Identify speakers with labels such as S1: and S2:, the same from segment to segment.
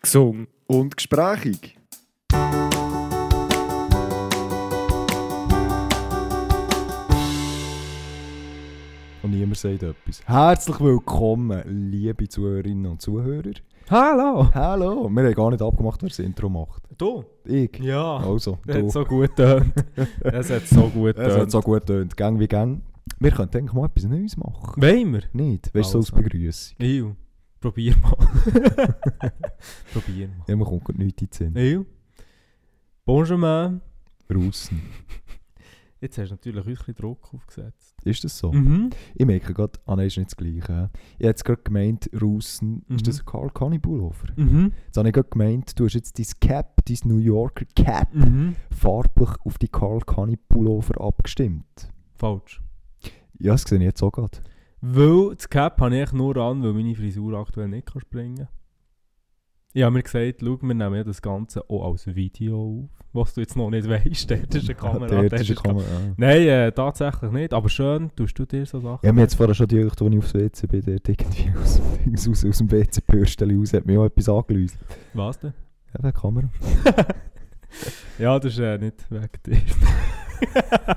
S1: gesungen.
S2: Und gesprächig. Und niemand sagt etwas. Herzlich willkommen, liebe Zuhörerinnen und Zuhörer.
S1: Hallo!
S2: Hallo! Wir haben gar nicht abgemacht, wer das Intro macht.
S1: Du?
S2: Ich.
S1: Ja.
S2: Also,
S1: Das hat
S2: du.
S1: so gut getönt. Das hat so gut
S2: Es hat
S1: getönt.
S2: so gut getönt. Gang wie gang. Wir könnten eigentlich mal etwas Neues machen.
S1: Wollen wir?
S2: Nicht? Weißt
S1: Also.
S2: du, so als Begrüßung.
S1: Ew. Probier mal. Probier mal.
S2: Ja, man kommt gerade nichts in den Sinn.
S1: Ew. Bonjour, man.
S2: Draussen.
S1: Jetzt hast du natürlich uns ein bisschen Druck aufgesetzt.
S2: Ist das so?
S1: Mhm.
S2: Ich merke gerade, ah nein, ist nicht das Gleiche. hä? Ich hätte gerade gemeint, Russen,
S1: Mhm.
S2: ist das ein Carl Conny Pullover?
S1: Mhm.
S2: Jetzt habe ich gerade gemeint, du hast jetzt dein Cap, dein New Yorker Cap,
S1: Mhm.
S2: farblich auf die Carl Conny Pullover abgestimmt.
S1: Falsch.
S2: Ja, das sehe ich jetzt auch gerade.
S1: Weil das Cap habe ich eigentlich nur an, weil meine Frisur aktuell nicht kann springen kann. Ich habe mir gesagt, schau, wir nehmen ja das Ganze auch als Video auf. Was du jetzt noch nicht weißt, dort ist eine Kamera.
S2: Ja,
S1: dort
S2: dort ist eine
S1: ist Kam-
S2: Kamera. Ja.
S1: Nein, äh, tatsächlich nicht. Aber schön, tust du dir so Sachen.
S2: Ja, mir jetzt vorher schon die Jugend, als ich aufs WC bin, dort irgendwie aus, dem Dings raus, aus dem WC-Bürstchen raus, hat mir auch etwas angelöst.
S1: Was denn?
S2: Ja, der Kamera.
S1: ja, das ist äh, nicht weg dir.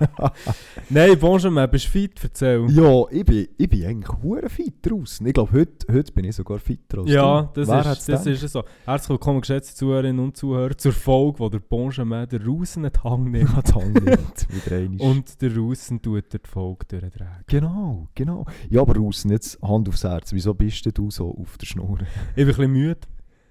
S1: Nein, bonjour, man, bist du fit? Erzähl.
S2: Ja, ich bin, ich bin eigentlich hure fit draußen. Ich glaube, heute, heute bin ich sogar fitter als
S1: Ja,
S2: du.
S1: das,
S2: Wer hat's
S1: ist, das
S2: gedacht?
S1: ist es so. Herzlich willkommen, geschätzte Zuhörerinnen und Zuhörer, zur Folge, wo der Bonjour, der Rausen den Hang nimmt.
S2: Ja, die Hand nimmt wieder einmal.
S1: Und der Russen tut der Volk durchtragen.
S2: Genau, genau. Ja, aber Russen, jetzt Hand aufs Herz, wieso bist denn du so auf der Schnur?
S1: Ich bin ein bisschen müde.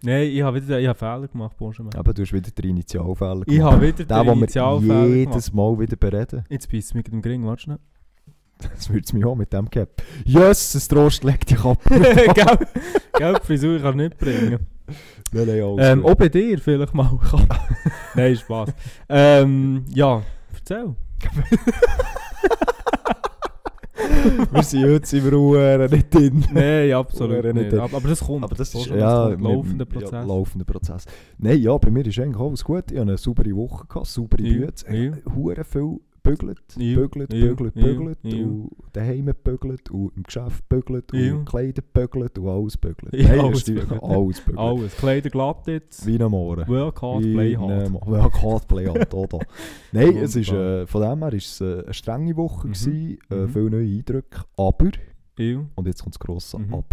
S1: Nein, ich habe wieder ich habe Fehler gemacht, Bonjour.
S2: Aber du hast wieder den Initialfehler
S1: Ich habe wieder
S2: Den,
S1: den
S2: den wir
S1: Initialfehler gemacht.
S2: jedes Mal wieder bereden.
S1: Jetzt beißt es mich mit dem Gring, warte schnell.
S2: Das würde es mich auch mit dem Cap. Yes, ein Trost legt dich ab.
S1: Gell, Gell, die Frisur kann ich nicht bringen.
S2: Nein, nein, alles
S1: Ähm,
S2: gut.
S1: auch bei dir vielleicht mal. Nein, Spaß. Ähm, ja, erzähl.
S2: wir sind heute sind wir Uhren nicht drin.
S1: oh. Nein, absolut
S2: Wäre
S1: nicht.
S2: nicht-
S1: Aber, aber das kommt.
S2: Aber das ist
S1: Bonjour,
S2: ja,
S1: kommt.
S2: wir-
S1: laufender
S2: Ja,
S1: Prozess.
S2: laufender Prozess. Nein, ja, bei mir ist eigentlich alles gut. Ich habe eine saubere Woche gehabt, saubere
S1: Ja,
S2: Bütze.
S1: ja.
S2: Hure viel bügelt,
S1: Ja,
S2: bügelt,
S1: ja,
S2: bügelt,
S1: ja,
S2: bügelt.
S1: ja.
S2: Und daheim bügelt, und im Geschäft bügelt, und
S1: Ja.
S2: im Kleider bügelt, und alles bügelt.
S1: Ja,
S2: Nein,
S1: alles
S2: ist die-
S1: bügelt.
S2: alles bügelt.
S1: Alles. Kleider glatt jetzt.
S2: Wie am Morgen.
S1: Work hard, play hard.
S2: Ja, Hard Play Hard, oder? Nein, es ist,
S1: Wunderbar.
S2: äh, von dem her war es äh, eine strenge Woche,
S1: Mhm.
S2: gewesen, äh,
S1: Mhm.
S2: viele neue Eindrücke, aber,
S1: Ew.
S2: und jetzt kommt das grosse
S1: Mhm.
S2: Aber,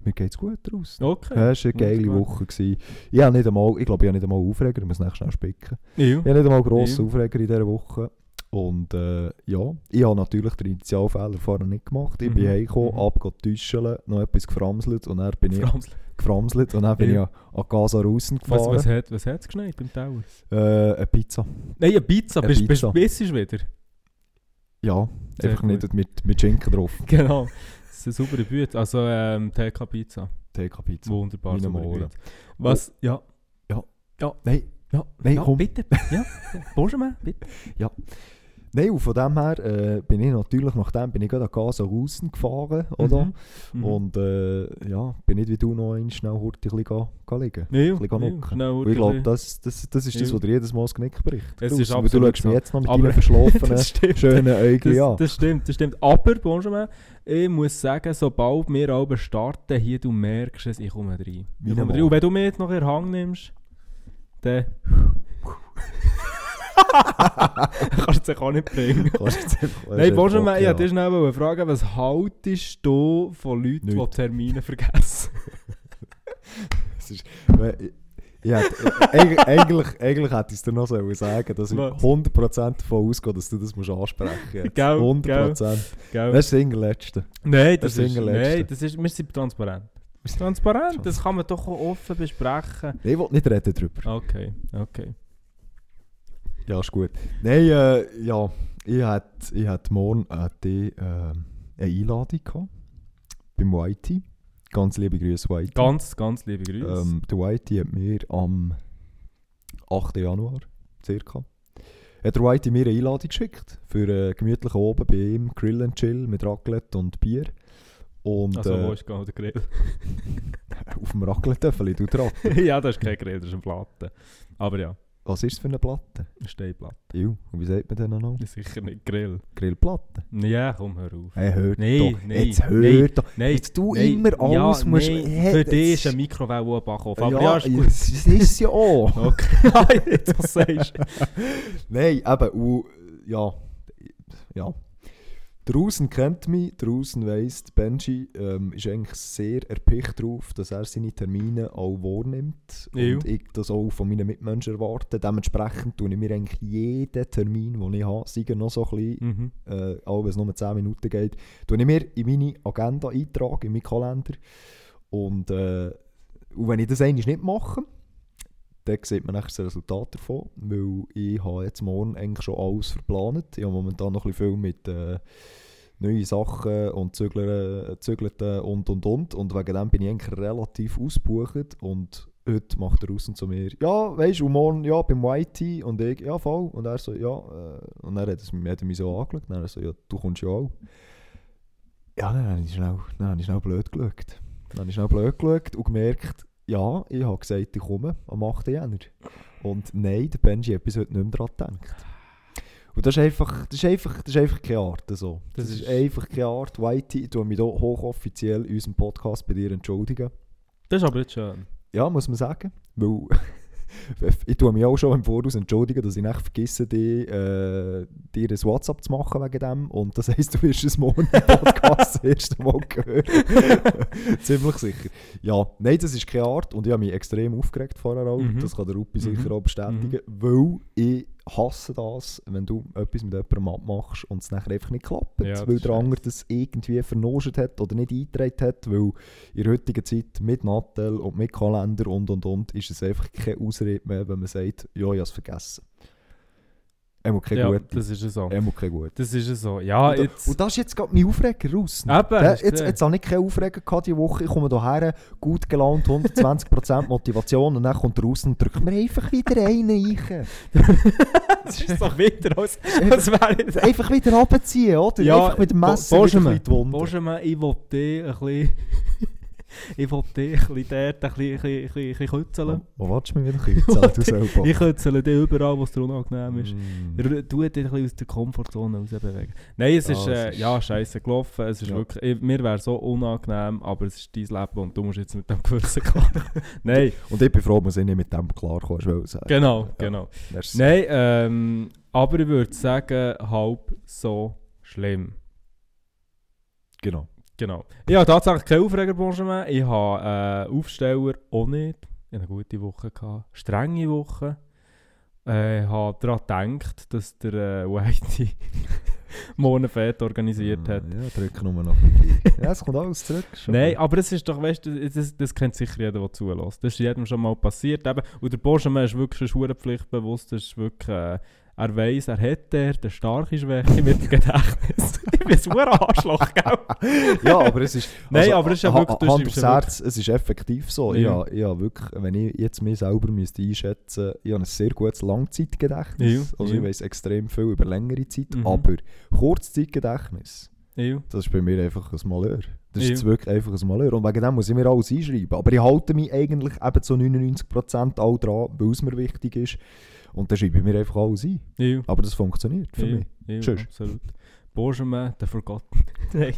S2: mir geht es gut draus.
S1: Okay.
S2: Es war eine geile
S1: wunderbar.
S2: Woche. Gewesen. Ich, habe nicht einmal, ich glaube, ich habe nicht einmal Aufreger, ich muss nachher schnell spicken.
S1: Ew.
S2: Ich habe nicht einmal grossen
S1: Ja.
S2: Aufreger in dieser Woche. Und äh, ja, ich habe natürlich den Initialfehler vorher nicht gemacht. Ich bin
S1: Mhm.
S2: heimgekommen,
S1: Mhm.
S2: abgetäuscheln, noch etwas geframselt und dann bin ich
S1: Franz,
S2: geframselt und dann bin
S1: Ja.
S2: ich an Casa Rausen
S1: Was,
S2: gefahren.
S1: was hat es hat's geschneit im Tower?
S2: Äh, eine Pizza.
S1: Nein, eine Pizza.
S2: Eine
S1: Bist bist-
S2: Pizza.
S1: bist du wieder?
S2: Ja,
S1: Sehr
S2: einfach
S1: gut.
S2: nicht mit, mit Schinken drauf.
S1: Genau. Das ist eine saubere Büte. Also ähm, TK Pizza.
S2: TK-Pizza.
S1: Wunderbar.
S2: Meine
S1: saubere
S2: Mauer.
S1: Büte. Was? Ja.
S2: Ja.
S1: Ja.
S2: Nein.
S1: Ja.
S2: Nein,
S1: ja,
S2: komm.
S1: Bitte. Ja. Bonjour, bitte.
S2: Nein, und von dem her äh, bin ich natürlich, nachdem bin ich gerade an Casa Rausen gefahren, oder?
S1: Mhm. Mhm.
S2: Und äh, ja, bin nicht wie du noch einmal schnell hurtig ein bisschen gehen- gehen liegen.
S1: Ja, ja,
S2: bisschen
S1: ja,
S2: nucken.
S1: schnell
S2: Und ich glaube,
S1: hurtig.
S2: das, das, das ist das,
S1: Ja.
S2: was dir jedes Mal das Genick bricht.
S1: Es
S2: Draussen.
S1: ist
S2: Weil Du
S1: absolut
S2: schaust mich
S1: so.
S2: jetzt noch mit
S1: Aber-
S2: deinen verschlafenen,
S1: Das stimmt.
S2: schönen Augen
S1: Das,
S2: an.
S1: das stimmt, das stimmt. Aber, Bonjour, ich muss sagen, sobald wir alle starten, hier, du merkst es, ich komme rein.
S2: Meine
S1: Ich komme rein.
S2: Mauer.
S1: Und wenn du mir jetzt noch in den Hang nimmst, dann... Kannst du dich auch nicht bringen.
S2: Kannst jetzt einfach-
S1: Nein, Bonjour, ich
S2: ja.
S1: wollte dich schnell mal fragen, was haltest du von Leuten, die
S2: Nicht.
S1: Termine vergessen?
S2: Es ist, we- ja, eig- eigentlich, eigentlich hätte ich es dir noch so sagen dass ich
S1: Was?
S2: 100% davon ausgehe, dass du das musst ansprechen musst.
S1: Gell,
S2: 100%.
S1: Gell?
S2: Das ist das Letzte.
S1: Nein,
S2: Das
S1: das,
S2: ist
S1: ist,
S2: der
S1: nein,
S2: Letzte.
S1: das ist... Wir sind transparent. Transparent, das kann man doch auch offen besprechen.
S2: Nein, ich will nicht reden drüber.
S1: Okay, okay.
S2: Ja, ist gut. Nein, äh, ja, ich hatte ich hätte morgen äh, die, äh, eine Einladung gehabt. Beim Whitey. Ganz liebe Grüße, Whitey.
S1: Ganz, ganz liebe Grüße.
S2: Ähm, der Whitey hat mir am 8. Januar, circa, hat der Whitey mir eine Einladung geschickt für einen gemütlichen Oben bei ihm, Grill and Chill mit Raclette und Bier. Und
S1: also, wo
S2: äh,
S1: ist gerade der Grill?
S2: auf dem Raclette-Töffel, du Ratte.
S1: ja, das ist kein Grill, das ist eine Platte. Aber ja.
S2: Was ist es für eine Platte?
S1: Eine Steinplatte.
S2: Ju, und wie sagt man denn noch?
S1: Das ist Sicher nicht Grill.
S2: Grillplatte.
S1: Ja, komm, hör auf.
S2: Hey, hört
S1: Nein,
S2: doch.
S1: nein,
S2: Jetzt hört
S1: nein.
S2: doch.
S1: Nein,
S2: Äh, Jetzt du
S1: nein,
S2: immer alles
S1: ja,
S2: musst...
S1: nein,
S2: Hey,
S1: Für
S2: das
S1: dich ist
S2: ist-
S1: eine Mikrowelle ein Backofen.
S2: Ja,
S1: Aber ja, ist gut.
S2: Das ist ja auch.
S1: Okay, Ah, jetzt was sagst du.
S2: Nein, eben, und, äh, ja, ja. Draußen kennt mich, draußen weiss, der Benji ähm, ist eigentlich sehr erpicht darauf, dass er seine Termine auch wahrnimmt
S1: Ew.
S2: und ich das auch von meinen Mitmenschen erwarte. Dementsprechend tue ich mir eigentlich jeden Termin, den ich habe, sei er noch so klein,
S1: Mhm.
S2: äh, auch wenn es nur 10 Minuten geht, tue ich mir in meine Agenda eintragen, in meinen Kalender. Und, äh, und wenn ich das eigentlich nicht mache, dann sieht man nachher das Resultat davon, weil ich habe jetzt morgen eigentlich schon alles verplant. Ich habe momentan noch ein bisschen viel mit äh, neuen Sachen und Züglern, Zügelten und und und und wegen dem bin ich eigentlich relativ ausgebucht und heute macht er außen zu mir, ja, weißt du, und morgen, ja, beim YT und ich, ja, voll. Und er so, ja, äh, und dann hat, es, hat er mich so angeschaut und er so, ja, du kommst ja auch. Ja, dann habe ich schnell, dann habe ich schnell blöd geschaut. Dann habe ich schnell blöd geschaut und gemerkt, ja, ich habe gesagt, ich komme am 8. Jänner. Und nein, der Benji hat bis heute nicht mehr daran gedacht. Und das ist einfach, das ist einfach, das ist einfach keine Art. So. Das,
S1: Das
S2: ist,
S1: ist-
S2: einfach keine Art. Whitey, ich tue mich hier hochoffiziell in unserem Podcast bei dir entschuldigen.
S1: Das ist aber jetzt schön.
S2: Ja, muss man sagen. Weil ich tue mich auch schon im Voraus entschuldigen, dass ich nicht vergesse, dir, äh, dir ein WhatsApp zu machen wegen dem. Und das heisst, du wirst es morgen im Podcast das erste Mal hören. Ziemlich sicher. Ja, nein, das ist keine Art. Und ich habe mich extrem aufgeregt vorher auch.
S1: Mhm.
S2: Das kann der Ruppi
S1: Mhm.
S2: sicher auch bestätigen. Weil ich hasse das, wenn du etwas mit jemandem abmachst und es nachher einfach nicht klappt.
S1: Ja, das
S2: weil
S1: ist
S2: der andere das irgendwie vernoscht hat oder nicht eingetragen hat, weil in der heutigen Zeit mit Nattel und mit Kalender und und und ist es einfach keine Ausrede mehr, wenn man sagt, ja, ich habe es vergessen. Er muss keine
S1: ja,
S2: gute.
S1: das ist es so.
S2: Er muss keine gute.
S1: Das ist es so. Ja,
S2: und, da-
S1: jetzt.
S2: und das ist jetzt gerade mein Aufreger raus.
S1: Eben,
S2: Der,
S1: hast du
S2: jetzt,
S1: gesehen.
S2: jetzt habe ich keine Aufreger gehabt diese Woche. Ich komme hierher, gut gelaunt, 120% Motivation und dann kommt er raus und drückt mir einfach wieder einen rein.
S1: Das ist doch wieder als, als wäre ich...
S2: Einfach wieder runterziehen, oder? einfach mit dem Messer wieder ein bisschen die Wunde.
S1: Boschemann, ich will dich ein bisschen... ich will dich ein bisschen dort ein bisschen, ein bisschen, ein bisschen, ein bisschen
S2: Oh,
S1: kützeln.
S2: oh, willst du mich wieder kürzen, du selber?
S1: Ich kützele dich überall, wo es dir unangenehm ist.
S2: Mm.
S1: R- Tu dich ein bisschen aus der Komfortzone rausbewegen. Nein, es
S2: Ja,
S1: ist,
S2: es
S1: äh,
S2: ist-
S1: ja scheiße gelaufen. Es ist
S2: Ja.
S1: wirklich, ich, mir wäre so unangenehm, aber es ist dein Leben und du musst jetzt mit dem Gewissen klarkommen. Nein,
S2: Und ich bin froh, dass ich nicht mit dem klarkommst, weil es
S1: genau,
S2: Ja.
S1: genau.
S2: Merci.
S1: Nein, ähm, aber ich würde sagen, halb so schlimm.
S2: Genau.
S1: Genau. Ich habe tatsächlich keine Aufregerbranche mehr. Ich habe äh, Aufsteller auch nicht. Ich hatte eine gute Woche. Gehabt. Strenge Woche. Äh, ich habe daran gedacht, dass der äh, Whitey morgen eine Fete organisiert hat.
S2: Mm, Ja, drücken wir Hm, noch ein bisschen. Ja, es kommt alles zurück. schon.
S1: Nein, aber es ist doch, weißt du, das, das kennt sicher jeder, der zulässt. Das ist jedem schon mal passiert. Eben. Und der Borschemann ist wirklich schon verdammt pflichtbewusst. Das ist wirklich, äh, er weiß, er hat der, der starke Schwäche mit dem Gedächtnis. ich bin so ein Arschloch, gell?
S2: ja, aber es ist.
S1: Nein, aber es ist ja
S2: ha-
S1: wirklich- das
S2: Hand
S1: ist
S2: aufs
S1: ja
S2: Herz, es ist effektiv so.
S1: Ja.
S2: Ja. Ich, ja, wirklich, wenn ich jetzt mich selber müsste einschätzen müsste, ich habe ein sehr gutes Langzeitgedächtnis.
S1: Ja,
S2: Also, ich
S1: ja.
S2: weiss extrem viel über längere Zeit,
S1: Mhm.
S2: aber Kurzzeitgedächtnis,
S1: Ew.
S2: das ist bei mir einfach ein Malheur. Das
S1: Ja.
S2: ist wirklich einfach ein Malheur. Und wegen dem muss ich mir alles einschreiben. Aber ich halte mich eigentlich eben zu 99% all dran, weil es mir wichtig ist. Und dann schreibe ich mir einfach alles ein.
S1: Ew.
S2: Aber das funktioniert für
S1: Ja,
S2: mich.
S1: ja,
S2: Tschüss.
S1: absolut. Borgerman, the eh, forgotten. Nein,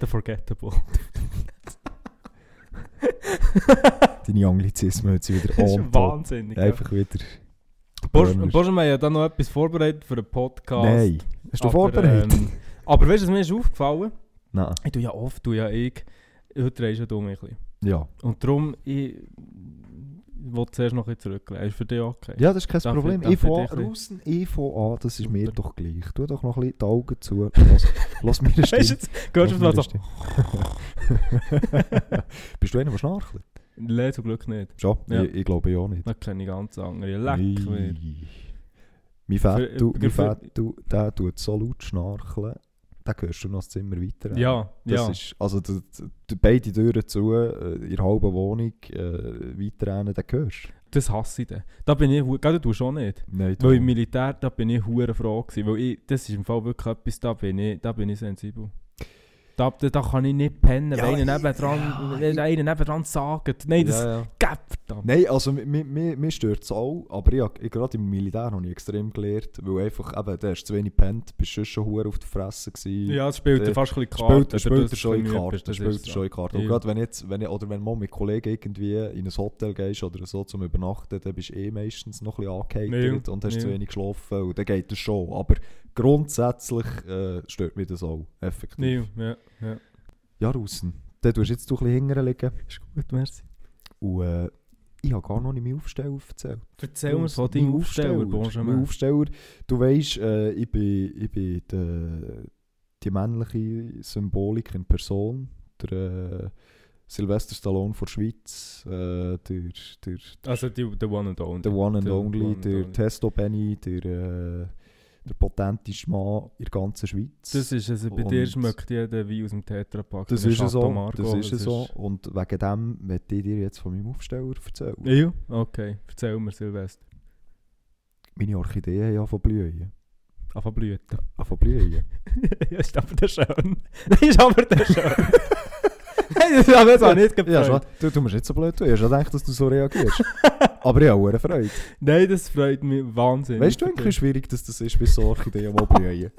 S1: the forgettable.
S2: Deine Anglizismen hat sie wieder
S1: Das
S2: on
S1: ist
S2: top.
S1: wahnsinnig. Ja.
S2: Einfach wieder. Burners.
S1: Borgerman hat da noch etwas vorbereitet für den Podcast.
S2: Nein. Hast du
S1: aber,
S2: vorbereitet?
S1: ähm, aber weißt du, was mir ist aufgefallen?
S2: Nein.
S1: Ich tue ja oft, tue ja ich, heute reist ja du mich ein bisschen.
S2: Ja.
S1: Und darum, ich will zuerst noch ein bisschen zurücklegen. Ist für dich okay?
S2: ja, das ist kein
S1: Darf ich-
S2: Problem.
S1: darf
S2: Ich
S1: ich
S2: fange
S1: dich ein
S2: draußen, ich fange an, das ist mir
S1: Super.
S2: doch gleich. Tu doch noch ein bisschen die Augen zu. Lass, lass mir eine Stimme.
S1: Weißt du, jetzt gehst du
S2: Lass mir
S1: auf das
S2: eine Stimme. Bist du einer, der schnarchelt?
S1: Nein, zum Glück nicht.
S2: Schon?
S1: Ja.
S2: Ich, ich glaube ja nicht.
S1: Das kenne ich ganz andere. Leck mir.
S2: Nee. Mein Vettel,
S1: Für- für-
S2: mein Vettel, der tut so laut schnarchen, den hörst du noch das Zimmer weiter.
S1: Ja,
S2: Das
S1: ja.
S2: ist, also d- d- d- beide Türen zu, äh, in der halben Wohnung, äh, weiterrennen, den hörst du.
S1: das hasse ich dann. Da bin ich, hu- gell, du schon nicht.
S2: Nein,
S1: Weil im Militär, da bin ich hure froh gewesen, weil ich, das ist im Fall wirklich etwas, da bin ich, da bin ich sensibel. Da, da, da kann ich nicht pennen,
S2: Ja,
S1: wenn einer
S2: ich-
S1: nebendran,
S2: ja,
S1: wenn einer nebendran sagt. Nein, das
S2: ja, ja.
S1: gibt verdammt.
S2: Nein, also mir, mir, mir stört es auch, aber ich, hab- ich, gerade im Militär habe ich extrem gelernt, weil einfach eben, da hast du zu wenig pennt, bist du schon hure auf der Fresse gewesen.
S1: Ja, es spielt
S2: Der-
S1: er fast ein bisschen Karten.
S2: Spielt, spielt er
S1: das
S2: schon in
S1: ein bisschen
S2: Karten,
S1: übrig, das
S2: spielt
S1: ist
S2: er
S1: so.
S2: schon in Karten. Und
S1: Ja.
S2: gerade wenn jetzt, wenn ich, oder wenn man mit Kollegen irgendwie in ein Hotel gehst oder so zum Übernachten, dann bist du eh meistens noch ein bisschen angeheitert und hast
S1: ja.
S2: zu wenig geschlafen und dann geht das schon. Aber grundsätzlich äh, stört mich das auch, effektiv.
S1: Nein, ja, ja.
S2: Ja, Russen, dann tust du jetzt du ein bisschen hinterher liegen.
S1: Ist gut, merci.
S2: Und äh, ich habe gar noch nicht meinen Aufsteller erzählt.
S1: Erzähl mir von deinem
S2: Mein
S1: Aufsteller,
S2: Mein
S1: Benjamin.
S2: Aufsteller. Du weisst, äh, ich bin, ich bin de, eh, die männliche Symbolik in Person. Der äh, Sylvester Stallone von der Schweiz. Äh, der, der,
S1: Also die, the one and only.
S2: der One and
S1: der
S2: Only.
S1: One and
S2: der
S1: Only.
S2: Testo Benny. Der, äh, der potenteste Mann in der ganzen Schweiz.
S1: Das ist es, bei
S2: Und-
S1: dir schmeckt jeder wie aus dem Tetrapack.
S2: Das
S1: in
S2: ist es
S1: Chateau
S2: so.
S1: Margaux,
S2: Das ist es so. Und dus wegen dem möchte ich dir jetzt von meinem Aufsteller erzählen.
S1: Ja, okay. Erzähl mir, Silvester.
S2: Meine Orchideen haben ja von blühen.
S1: Anfang blüten.
S2: Von blühen.
S1: ja, ist aber der schön. Das ist aber der schön. Nein, das habe ich jetzt auch nicht
S2: Ja, schon.
S1: gefreut.
S2: Du, du musst nicht so blöd tun. Ich habe schon gedacht, dass du so reagierst. Aber ich habe auch Freude.
S1: Nein, das freut mich wahnsinnig.
S2: Weißt du eigentlich, wie schwierig dass das ist, bis so Orchideen mal blühen?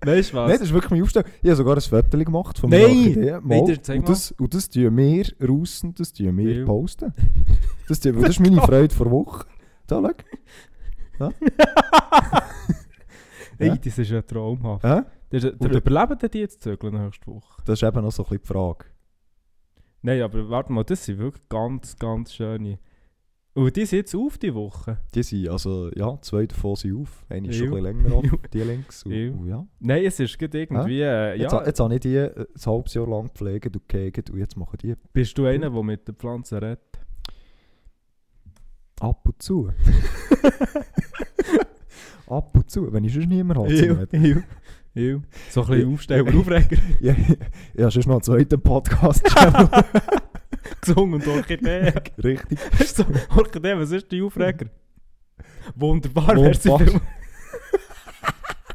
S1: Weißt du was?
S2: Nein, das ist wirklich meine Aufstellung. Ich habe sogar ein Foto gemacht von
S1: Nein!
S2: meinen Orchideen. Mal.
S1: Nein, dir, zeig
S2: und, das, und das tun wir raus, das tun wir
S1: Ja.
S2: posten. Das, tun, das ist meine Freude vor Woche. Da, schau.
S1: Ey, das ist ja traumhaft.
S2: Hä?
S1: Das ist, der
S2: Und-
S1: überleben denn die jetzt zügeln nächste Woche?
S2: Das ist eben noch so ein bisschen die Frage.
S1: Nein, aber warte mal, das sind wirklich ganz, ganz schöne. Und die sind jetzt auf die Woche.
S2: Die sind, also ja, zwei davon sind auf. Eine ist schon
S1: Ja.
S2: ein bisschen länger auf, die links. Und,
S1: Ja.
S2: und ja.
S1: Nein, es ist gerade irgendwie. Äh,
S2: Jetzt,
S1: ja,
S2: ha- jetzt habe ich die äh, ein halbes Jahr lang gepflegt und gehegt und jetzt machen die
S1: bist du einer, der mit den Pflanzen redet?
S2: Ab und zu. Ab und zu, wenn ich sonst niemand habe.
S1: Ew,
S2: Ja.
S1: ew, ew. So ein bisschen
S2: Ja.
S1: Aufsteller, Aufreger,
S2: Ja, ja, sonst noch einen zweiten Podcast.
S1: gesungen und Orchidee.
S2: Richtig.
S1: Hast du so, Orchidee, was ist dein Aufreger? Wunderbar, Ah, merci
S2: Wunderbar.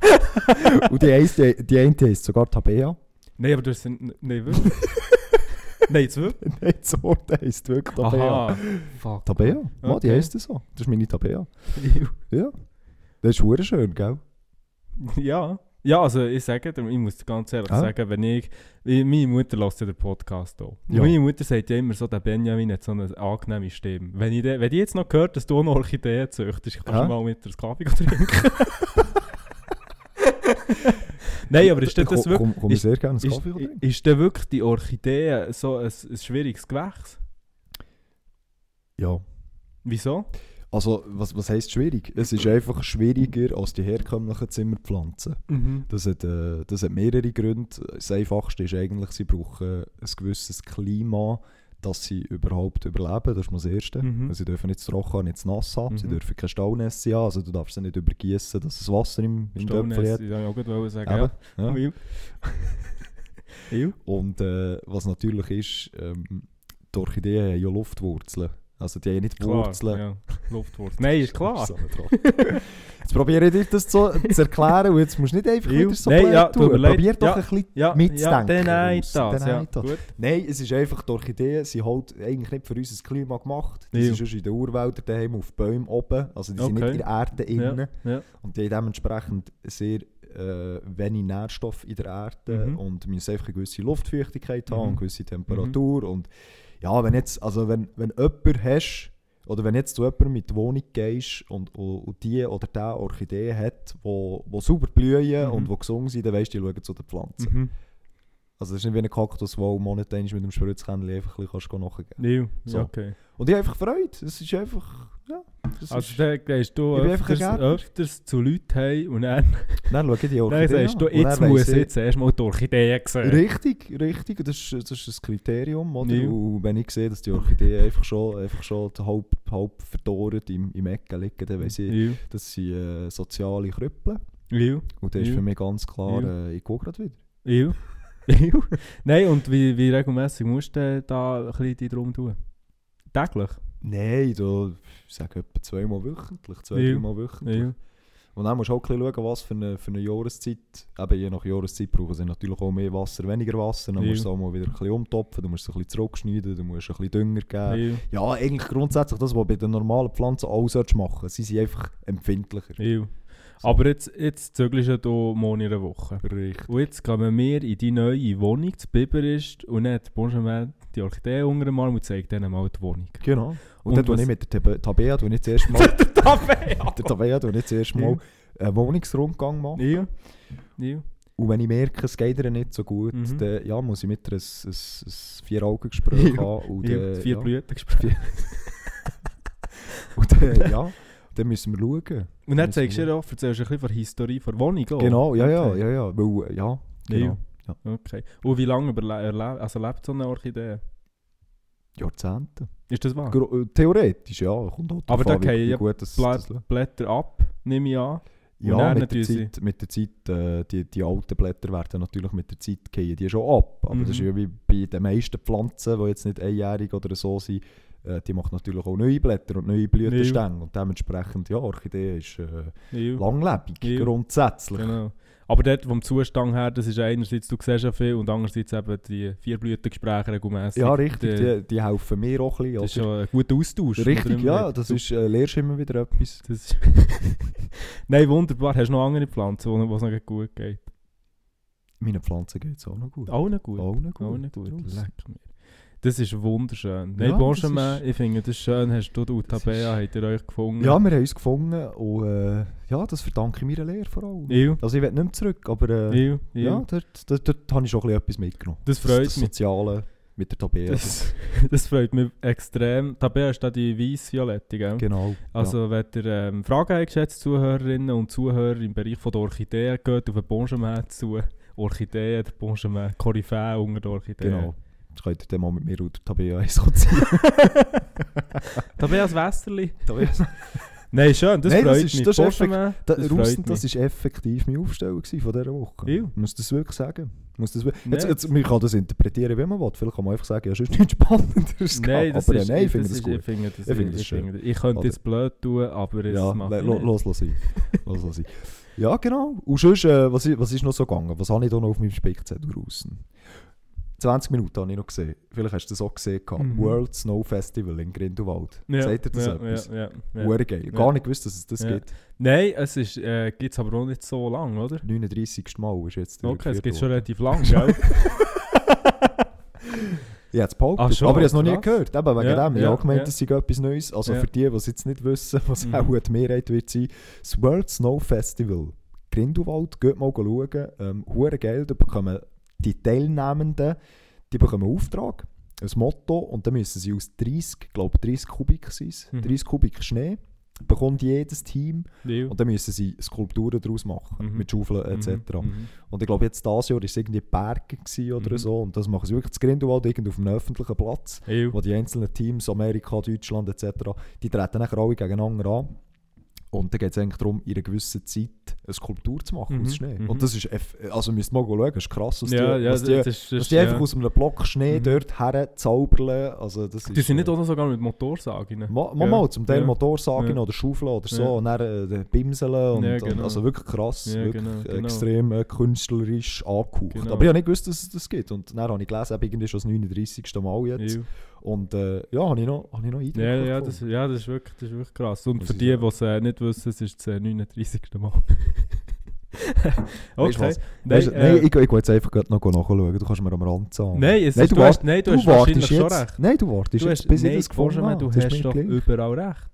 S1: vielmals.
S2: Und die, heisst, die, die eine heisst sogar Tabea.
S1: Nein, aber das sind. Nein, wirklich. Nein, jetzt wirklich.
S2: Nein, das Wort heisst wirklich Tabea.
S1: Aha. Fuck.
S2: Tabea? Ja, die
S1: Okay.
S2: heisst das so. Das ist meine Tabea.
S1: Ew.
S2: Das ist hure schön, gell?
S1: Ja. Ja, also ich sage dir, ich muss dir ganz ehrlich
S2: Ah.
S1: sagen, wenn ich, ich meine Mutter lässt ja den Podcast auch.
S2: Ja.
S1: Meine Mutter sagt ja immer so, der Benjamin hat so eine angenehme Stimme. Wenn ich, de, wenn ich jetzt noch gehört, dass du auch noch Orchideen züchtest, kannst du
S2: Ja.
S1: mal mit dir einen Kaffee trinken. Nein, aber ist denn das wirklich,
S2: Komm, komm ich
S1: ist-
S2: sehr gerne einen
S1: ist,
S2: Kaffee trinken.
S1: ist denn wirklich die Orchidee so ein, ein schwieriges Gewächs?
S2: Ja.
S1: Wieso?
S2: Also, was, was heisst schwierig? Es ist einfach schwieriger als die herkömmlichen Zimmerpflanzen. Das hat, äh, das hat mehrere Gründe. Das Einfachste ist eigentlich, sie brauchen ein gewisses Klima, dass sie überhaupt überleben. Das ist mal das Erste.
S1: Mhm.
S2: Weil Sie dürfen nicht zu trocken, nicht zu nass haben. Sie
S1: Mhm.
S2: dürfen keine Staunässe haben. Also du darfst sie nicht übergießen, dass das Wasser im, im Töpfchen
S1: Staunässe, das
S2: hat.
S1: wollte ich auch gut wollen sagen.
S2: Eben,
S1: Ja.
S2: ja.
S1: Ew. Ew.
S2: Und äh, was natürlich ist, ähm, die Orchideen haben ja Luftwurzeln. Also die haben nicht
S1: Klar,
S2: Wurzeln.
S1: Ja. Luftwurzeln. Nein, ist klar.
S2: So eine Trottel. jetzt probiere ich dir das zu, zu erklären und jetzt musst du nicht einfach
S1: Ew.
S2: wieder so
S1: Nein,
S2: blöd
S1: ja, du
S2: tun.
S1: überleg-
S2: Probier doch
S1: ja.
S2: ein bisschen
S1: Ja, ja,
S2: mitzudenken.
S1: dann ein
S2: Urs,
S1: das,
S2: dann
S1: ja.
S2: ein das.
S1: Gut.
S2: Nein, es ist einfach, die Orchideen sind halt eigentlich nicht für unser Klima gemacht. Die
S1: Ja.
S2: sind sonst in den Urwäldern daheim auf Bäumen oben. Also die sind
S1: Okay.
S2: nicht in der Erde innen.
S1: ja.
S2: Und die haben dementsprechend sehr äh, wenig Nährstoff in der Erde
S1: Mhm.
S2: und müssen einfach eine gewisse Luftfeuchtigkeit haben
S1: Mhm.
S2: und eine gewisse Temperatur. Und ja, wenn jetzt, also wenn, wenn jemand hast, oder wenn jetzt zu jemandem mit Wohnung gehst und, und, und die oder der Orchidee hat, wo, wo sauber blühen
S1: Mhm.
S2: und wo gesungen sind, dann weißt du, die schauen zu den Pflanzen.
S1: Mhm.
S2: Also es ist nicht wie ein Kaktus, wo du monatär mit dem Spritzkännchen einfach ein bisschen kannst nachgeben kannst.
S1: Ew.
S2: So.
S1: Ja, okay.
S2: Und ich habe einfach Freude. Es ist einfach... Ja, das
S1: Also
S2: ist,
S1: dann gehst du
S2: Ich bin einfach
S1: öfters,
S2: ein
S1: öfters zu Leuten heim und dann,
S2: dann schau ich die
S1: dann
S2: Orchidee
S1: sagst du,
S2: an. Und
S1: jetzt
S2: dann weiss
S1: muss
S2: ich-
S1: jetzt erstmal die Orchidee sehen.
S2: Richtig, richtig. Das ist, das ist ein Kriterium. Oder?
S1: Ja.
S2: Und wenn ich sehe, dass die Orchidee einfach schon, einfach schon halb, halb verdorrt im, im Ecken liegen, dann weiss ich,
S1: Ew.
S2: das sind äh, soziale Krüppel.
S1: Ew.
S2: Und dann ist
S1: Ja.
S2: für mich ganz klar,
S1: Ja.
S2: äh, ich gucke gerade wieder.
S1: Ew. Ew. Nein, und wie, wie regelmässig eh, musst du da ein bisschen dich drum tun? Täglich?
S2: Nein, da, ich sage etwa zweimal wöchentlich, zwei,
S1: Ja.
S2: dreimal wöchentlich.
S1: Ew.
S2: Und dann musst du auch ein bisschen schauen, was für eine, für eine Jahreszeit, eben je nach Jahreszeit brauchen sie natürlich auch mehr Wasser, weniger Wasser, dann
S1: Ja.
S2: musst du es auch mal wieder ein bisschen umtopfen, du musst es ein bisschen zurückschneiden, du musst ein bisschen Dünger geben.
S1: Weil-
S2: Ja, eigentlich grundsätzlich das, was bei den normalen Pflanzen alles solltest machen Sie sind einfach empfindlicher.
S1: Ew.
S2: So.
S1: Aber jetzt, jetzt zügelst du hier morgen in einer Woche.
S2: Richtig.
S1: Und jetzt gehen wir in die neue Wohnung, das Biber ist, und dann hat Bonjamin die Orchidee unter dem Arm und zeigt ihnen mal die Wohnung.
S2: Genau. Und,
S1: Und
S2: dann tue
S1: was-
S2: ich mit der Tab- Tabea, tue ich zuerst mal,
S1: Der Tabea!
S2: der Tabea, tue ich zuerst mal einen Wohnungsrundgang machen.
S1: Ja. Ja.
S2: Und wenn ich merke, es geht ihr nicht so gut,
S1: Mhm.
S2: dann ja, muss ich mit ihr ein, ein, ein Vier-Augen-Gespräch
S1: Ja.
S2: haben. Und,
S1: Ja.
S2: äh,
S1: Das vier
S2: ja.
S1: Blüten gesprochen.
S2: Und dann, ja, dann müssen wir schauen.
S1: Und dann
S2: Muss
S1: zeigst du
S2: man-
S1: dir auch, erzählst du ein bisschen von der Historie der Wohnung. auch.
S2: Genau, ja, ja,
S1: Oh, Okay.
S2: ja, ja. Weil, äh, ja,
S1: Ja.
S2: genau.
S1: Okay. Und wie lange überle- erle- also lebt so eine Orchidee?
S2: Jahrzehnte.
S1: Ist das wahr?
S2: Gro- äh, Theoretisch, ja. Kommt auch
S1: Aber
S2: drauf an,
S1: da
S2: wie-
S1: gehen
S2: wie
S1: ja
S2: gut das,
S1: Bla-
S2: das
S1: Blätter ab, nehme ich an. Und
S2: Ja,
S1: dann
S2: mit der,
S1: natürlich-
S2: Zeit, mit der Zeit, äh, die, die alten Blätter werden natürlich mit der Zeit gehen, die schon ab. Aber das ist
S1: Mhm.
S2: ja wie bei den meisten Pflanzen, die jetzt nicht einjährig oder so sind, äh, die macht natürlich auch neue Blätter und neue Blütenstände. Und dementsprechend, ja, Orchidee ist äh,
S1: Ja.
S2: langlebig,
S1: Ja.
S2: grundsätzlich.
S1: Genau. Aber dort vom Zustand her, das ist einerseits, du siehst ja viel und andererseits eben die Vierblütengespräche regelmässig.
S2: Ja, richtig,
S1: Die,
S2: die, die helfen mir auch ein
S1: das ist
S2: bisschen.
S1: ja ein guter Austausch.
S2: oder?
S1: unter
S2: Richtig,
S1: dem-
S2: ja, das ist, äh, lernst du immer wieder etwas.
S1: Das ist Nein, wunderbar. Hast du noch andere Pflanzen, wo wo es noch gut geht?
S2: Meinen Pflanzen geht es auch noch gut.
S1: Auch noch gut.
S2: Auch noch gut.
S1: Auch nicht gut.
S2: Draussen.
S1: Leck mir. Das ist wunderschön. Nein,
S2: Ja, das
S1: Benjamin,
S2: ist-
S1: ich finde das schön. Hast du und
S2: Das
S1: Tabea, habt ihr euch gefunden?
S2: Ja, wir haben uns gefunden und äh, ja, das verdanke ich meiner Lehre vor allem.
S1: Ich,
S2: Also ich will nicht mehr zurück, aber... Äh,
S1: ich, ich.
S2: Ja, dort, dort, dort habe ich schon ein bisschen etwas mitgenommen.
S1: Das freut
S2: das
S1: mich.
S2: Soziale mit der Tabea.
S1: Das, das freut mich extrem. Tabea ist da die weiß-violette, gell?
S2: Genau.
S1: Also, wenn ihr ähm, Fragen habt, geschätzte Zuhörerinnen und Zuhörer im Bereich von der Orchideen, geht auf den Bonjamin zu. Orchideen, der Bonjamin, Koryphäe unter den
S2: ja,
S1: Orchideen.
S2: genau. Jetzt könnt ihr dann mal mit mir und der Tabea eins ziehen.
S1: Tabeas Westerli.
S2: Tabea.
S1: Nein, schön, das
S2: Nein, das
S1: freut
S2: ist-
S1: mich.
S2: das ist
S1: Bonjamin,
S2: Da,
S1: das
S2: Russen,
S1: freut
S2: das
S1: mich.
S2: war effektiv meine Aufstellung gewesen von dieser Woche.
S1: Ja.
S2: Ich muss das wirklich sagen. Ich Muss das wirklich.
S1: Nein.
S2: Jetzt, jetzt, man kann das interpretieren, wie man will. Vielleicht kann man einfach sagen, ja, es ist nichts Spannendes.
S1: Nein,
S2: gehabt.
S1: das
S2: aber
S1: ist,
S2: äh, nein, ich finde
S1: das
S2: das
S1: ist-
S2: gut.
S1: Ich finde das,
S2: Ich finde das
S1: ich
S2: schön.
S1: finde- ich könnte jetzt blöd tun, aber es
S2: Ja,
S1: macht
S2: le-
S1: mich
S2: lo-
S1: nicht.
S2: los, los sein. los, los sein. Ja, genau. Und sonst, äh, was, i- was ist noch so gegangen? Was habe ich da noch auf meinem Spickzettel draußen? 20 Minuten habe ich noch gesehen. Vielleicht hast du das auch gesehen. gehabt.
S1: Mhm.
S2: World Snow Festival in Grindelwald.
S1: Ja,
S2: Seht ihr das
S1: ja,
S2: etwas?
S1: Ja, ja, ja.
S2: Hure geil. Gar nicht gewusst, dass es das
S1: Ja.
S2: gibt.
S1: Nein, es ist, äh, gibt es aber auch nicht so lange, oder?
S2: 39. Mal ist jetzt
S1: Okay, es
S2: durchgeführt
S1: gibt schon
S2: worden.
S1: relativ lang, gell?
S2: Ich habe es behauptet,
S1: Ach schon,
S2: aber ich habe es noch nie
S1: krass.
S2: gehört. Eben wegen
S1: Ja,
S2: dem. Ich habe
S1: ja,
S2: auch gemeint,
S1: ja.
S2: es sei etwas Neues. Also
S1: Ja.
S2: für die, die es jetzt nicht wissen, was
S1: Mhm.
S2: auch die Mehrheit wird sein, das World Snow Festival Grindelwald, geht mal schauen. Ähm, hure geil, da bekommen die Teilnehmenden die bekommen einen Auftrag, ein Motto und dann müssen sie aus 30, glaube 30 Kubik sein,
S1: Mhm.
S2: 30 Kubik Schnee bekommt jedes Team
S1: Ja.
S2: und dann müssen sie Skulpturen daraus machen,
S1: Mhm.
S2: mit Schaufeln etc.
S1: Mhm.
S2: Und ich glaube, jetzt dieses Jahr war es irgendwie Berge gewesen oder
S1: Mhm.
S2: so. Und das machen sie wirklich zu Grindelwald, irgendwo auf einem öffentlichen Platz,
S1: Ew.
S2: wo die einzelnen Teams, Amerika, Deutschland etc., die treten nachher alle gegeneinander an. Und dann geht es eigentlich darum, in einer gewissen Zeit eine Skulptur zu machen
S1: Mhm.
S2: aus Schnee.
S1: Mhm.
S2: Und das ist, eff- also müsst ihr mal schauen, das ist krass, was
S1: Ja,
S2: die,
S1: ja,
S2: was
S1: das
S2: die,
S1: das ist...
S2: was
S1: das
S2: die einfach
S1: ist,
S2: aus einem Block Schnee
S1: Mhm.
S2: dort herzaubern. Also das
S1: ja.
S2: ist,
S1: Die sind nicht
S2: äh,
S1: auch noch sogar mit Motorsagen.
S2: Ma-
S1: Ja,
S2: Mal, mal, zum Teil
S1: ja,
S2: Motorsagen
S1: ja.
S2: oder Schaufeln oder so,
S1: Ja.
S2: und dann äh, dann Bimseln. Und,
S1: Ja,
S2: und,
S1: genau.
S2: also wirklich krass,
S1: Ja,
S2: wirklich
S1: genau,
S2: äh,
S1: genau.
S2: extrem äh, künstlerisch angehaucht.
S1: Genau.
S2: Aber ich habe nicht gewusst, dass es das gibt. Und dann habe ich gelesen, eben irgendwie schon das 39. Mal jetzt.
S1: Ew.
S2: Und äh, ja, habe ich noch, habe ich noch Eindruck
S1: Ja, ja,
S2: bekommen.
S1: das, ja, das ist wirklich, das ist wirklich krass. Und
S2: Muss
S1: für
S2: ich
S1: die,
S2: sagen.
S1: die es äh, nicht wissen, es ist das äh, 39. Mal.
S2: Weißt du
S1: okay.
S2: was? Weißt du,
S1: äh,
S2: nein, ich, ich will jetzt einfach gerade noch nachschauen. Du kannst mir am Rand sagen.
S1: Nein, es
S2: Nein,
S1: ist,
S2: du
S1: du, hast,
S2: wart-
S1: nein, du,
S2: du
S1: hast wahrscheinlich
S2: wartest
S1: schon
S2: jetzt.
S1: recht.
S2: Nein, du wartest
S1: Du
S2: jetzt,
S1: hast,
S2: bis
S1: nein,
S2: ich das gefunden
S1: Benjamin,
S2: habe.
S1: du
S2: Das ist
S1: hast
S2: mir
S1: doch
S2: gleich.
S1: überall recht.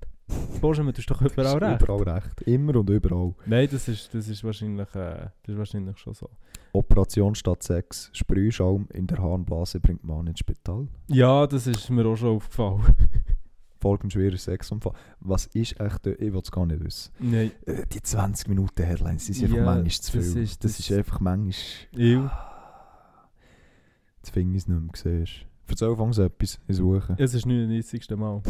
S1: Benjamin, du hast doch
S2: Das ist
S1: überall recht.
S2: Überall recht. Immer und überall.
S1: Nein, das ist, das, ist wahrscheinlich, äh, das ist wahrscheinlich schon so.
S2: Operation statt Sex. Sprühschaum in der Harnblase bringt Mann ins Spital.
S1: Ja, das ist mir auch schon aufgefallen.
S2: Folgen schwerer Sexunfall. Was ist echt, äh, ich will es gar nicht wissen.
S1: nein,
S2: Äh, Die 20 Minuten Headlines, die sind
S1: Ja,
S2: einfach manchmal zu viel.
S1: das
S2: Das ist,
S1: ist- das-
S2: einfach manchmal,
S1: ew.
S2: das Finger ist nicht mehr siehst. Erzähl, fang etwas, ich suche.
S1: es ist das 39. Mal.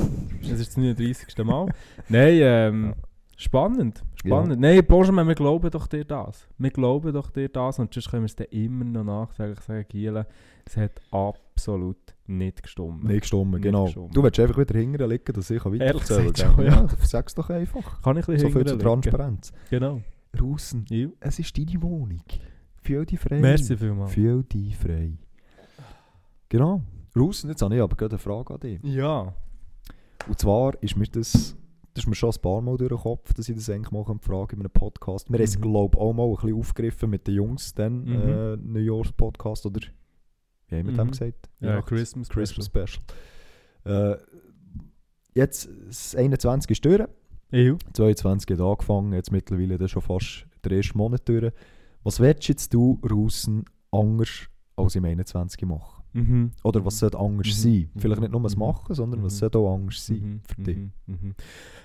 S1: Es ist das 39. Mal. Nein, ähm, spannend. Spannend. Nein, Benjamin, wir glauben doch dir das. Wir glauben doch dir das und sonst können wir es dann immer noch nachträglich sagen, Giele, es hat absolut nicht gestummt.
S2: Nicht gestummen,
S1: Nicht
S2: genau.
S1: gestummen.
S2: Du willst einfach wieder hinterher liegen, dass ich weiter
S1: Ehrlich gesagt schon, ja.
S2: ja. Sag's doch einfach.
S1: Kann ich ein
S2: So
S1: bisschen
S2: viel zur
S1: hinterher liegen?
S2: Transparenz.
S1: Genau.
S2: Russen,
S1: Ja.
S2: es ist deine Wohnung. Fühl dich frei.
S1: Merci vielmals.
S2: Fühl dich frei. Genau. Russen, jetzt habe ich aber gerade eine Frage an dich.
S1: Ja.
S2: Und zwar ist mir das, das ist mir schon ein paar Mal durch den Kopf, dass ich das eigentlich mal die Frage in einem Podcast. Wir haben es,
S1: Mhm.
S2: glaube ich, auch mal ein bisschen aufgegriffen mit den Jungs, dann
S1: Mhm.
S2: äh, New Year's Podcast oder wie haben wir dem
S1: Mhm.
S2: gesagt?
S1: ja
S2: Weihnachts-
S1: Christmas.
S2: Christmas Special. Äh, jetzt, das 21 ist durch,
S1: Ja.
S2: 22 hat angefangen, jetzt mittlerweile dann schon fast der erste Monat durch. Was willst jetzt du draußen anders als im 21 machen?
S1: Mhm.
S2: Oder was sollte anders
S1: Mhm.
S2: sein? Vielleicht nicht nur das
S1: Mhm.
S2: Machen, sondern was
S1: Mhm.
S2: sollte auch anders sein
S1: Mhm,
S2: für dich?
S1: mhm, mhm.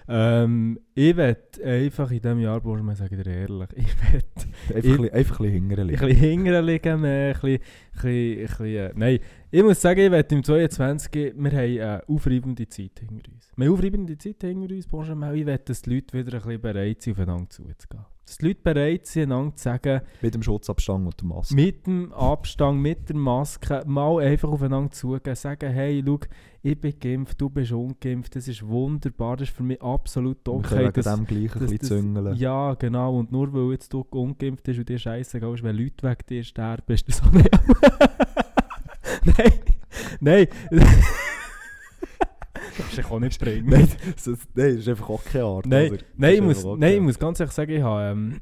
S1: Ähm, ich werde einfach in diesem Jahr, Bursch, ich sage dir ehrlich, ich werde
S2: Einfach, ein bisschen- einfach ein bisschen hinterher
S1: ein
S2: liegen.
S1: bisschen hinterher liegen, mehr, ein bisschen, ein bisschen, ein bisschen, äh, nein, ich muss sagen, ich werde im 22, wir haben eine aufreibende Zeit hinter uns. Wir haben eine aufreibende Zeit hinter uns, Bursch, und ich werde, dass die Leute wieder ein bisschen bereit sind, aufeinander zuzugehen. Dass die Leute bereit sind, einander zu sagen,
S2: Mit dem Schutzabstand und der Maske.
S1: mit dem Abstand, mit der Maske, mal einfach aufeinander zugehen, sagen, hey, schau, ich bin geimpft, du bist ungeimpft, das ist wunderbar, das ist für mich absolut
S2: Wir
S1: okay.
S2: können wegen
S1: dass-
S2: dem gleich ein
S1: das-
S2: bisschen
S1: das-
S2: züngeln.
S1: ja, genau, und nur weil jetzt du ungeimpft bist und dir scheißegal ist, wenn Leute wegen dir sterben, ist das auch nicht... Nein, nein. das kann ich auch nicht bringen.
S2: Nein, das, das- nein, das ist einfach auch keine Art.
S1: Nein,
S2: oder?
S1: Nein, ich
S2: Das ist
S1: muss,
S2: einfach auch
S1: nein, ich
S2: keine-
S1: muss ganz ehrlich sagen, ich habe, ähm,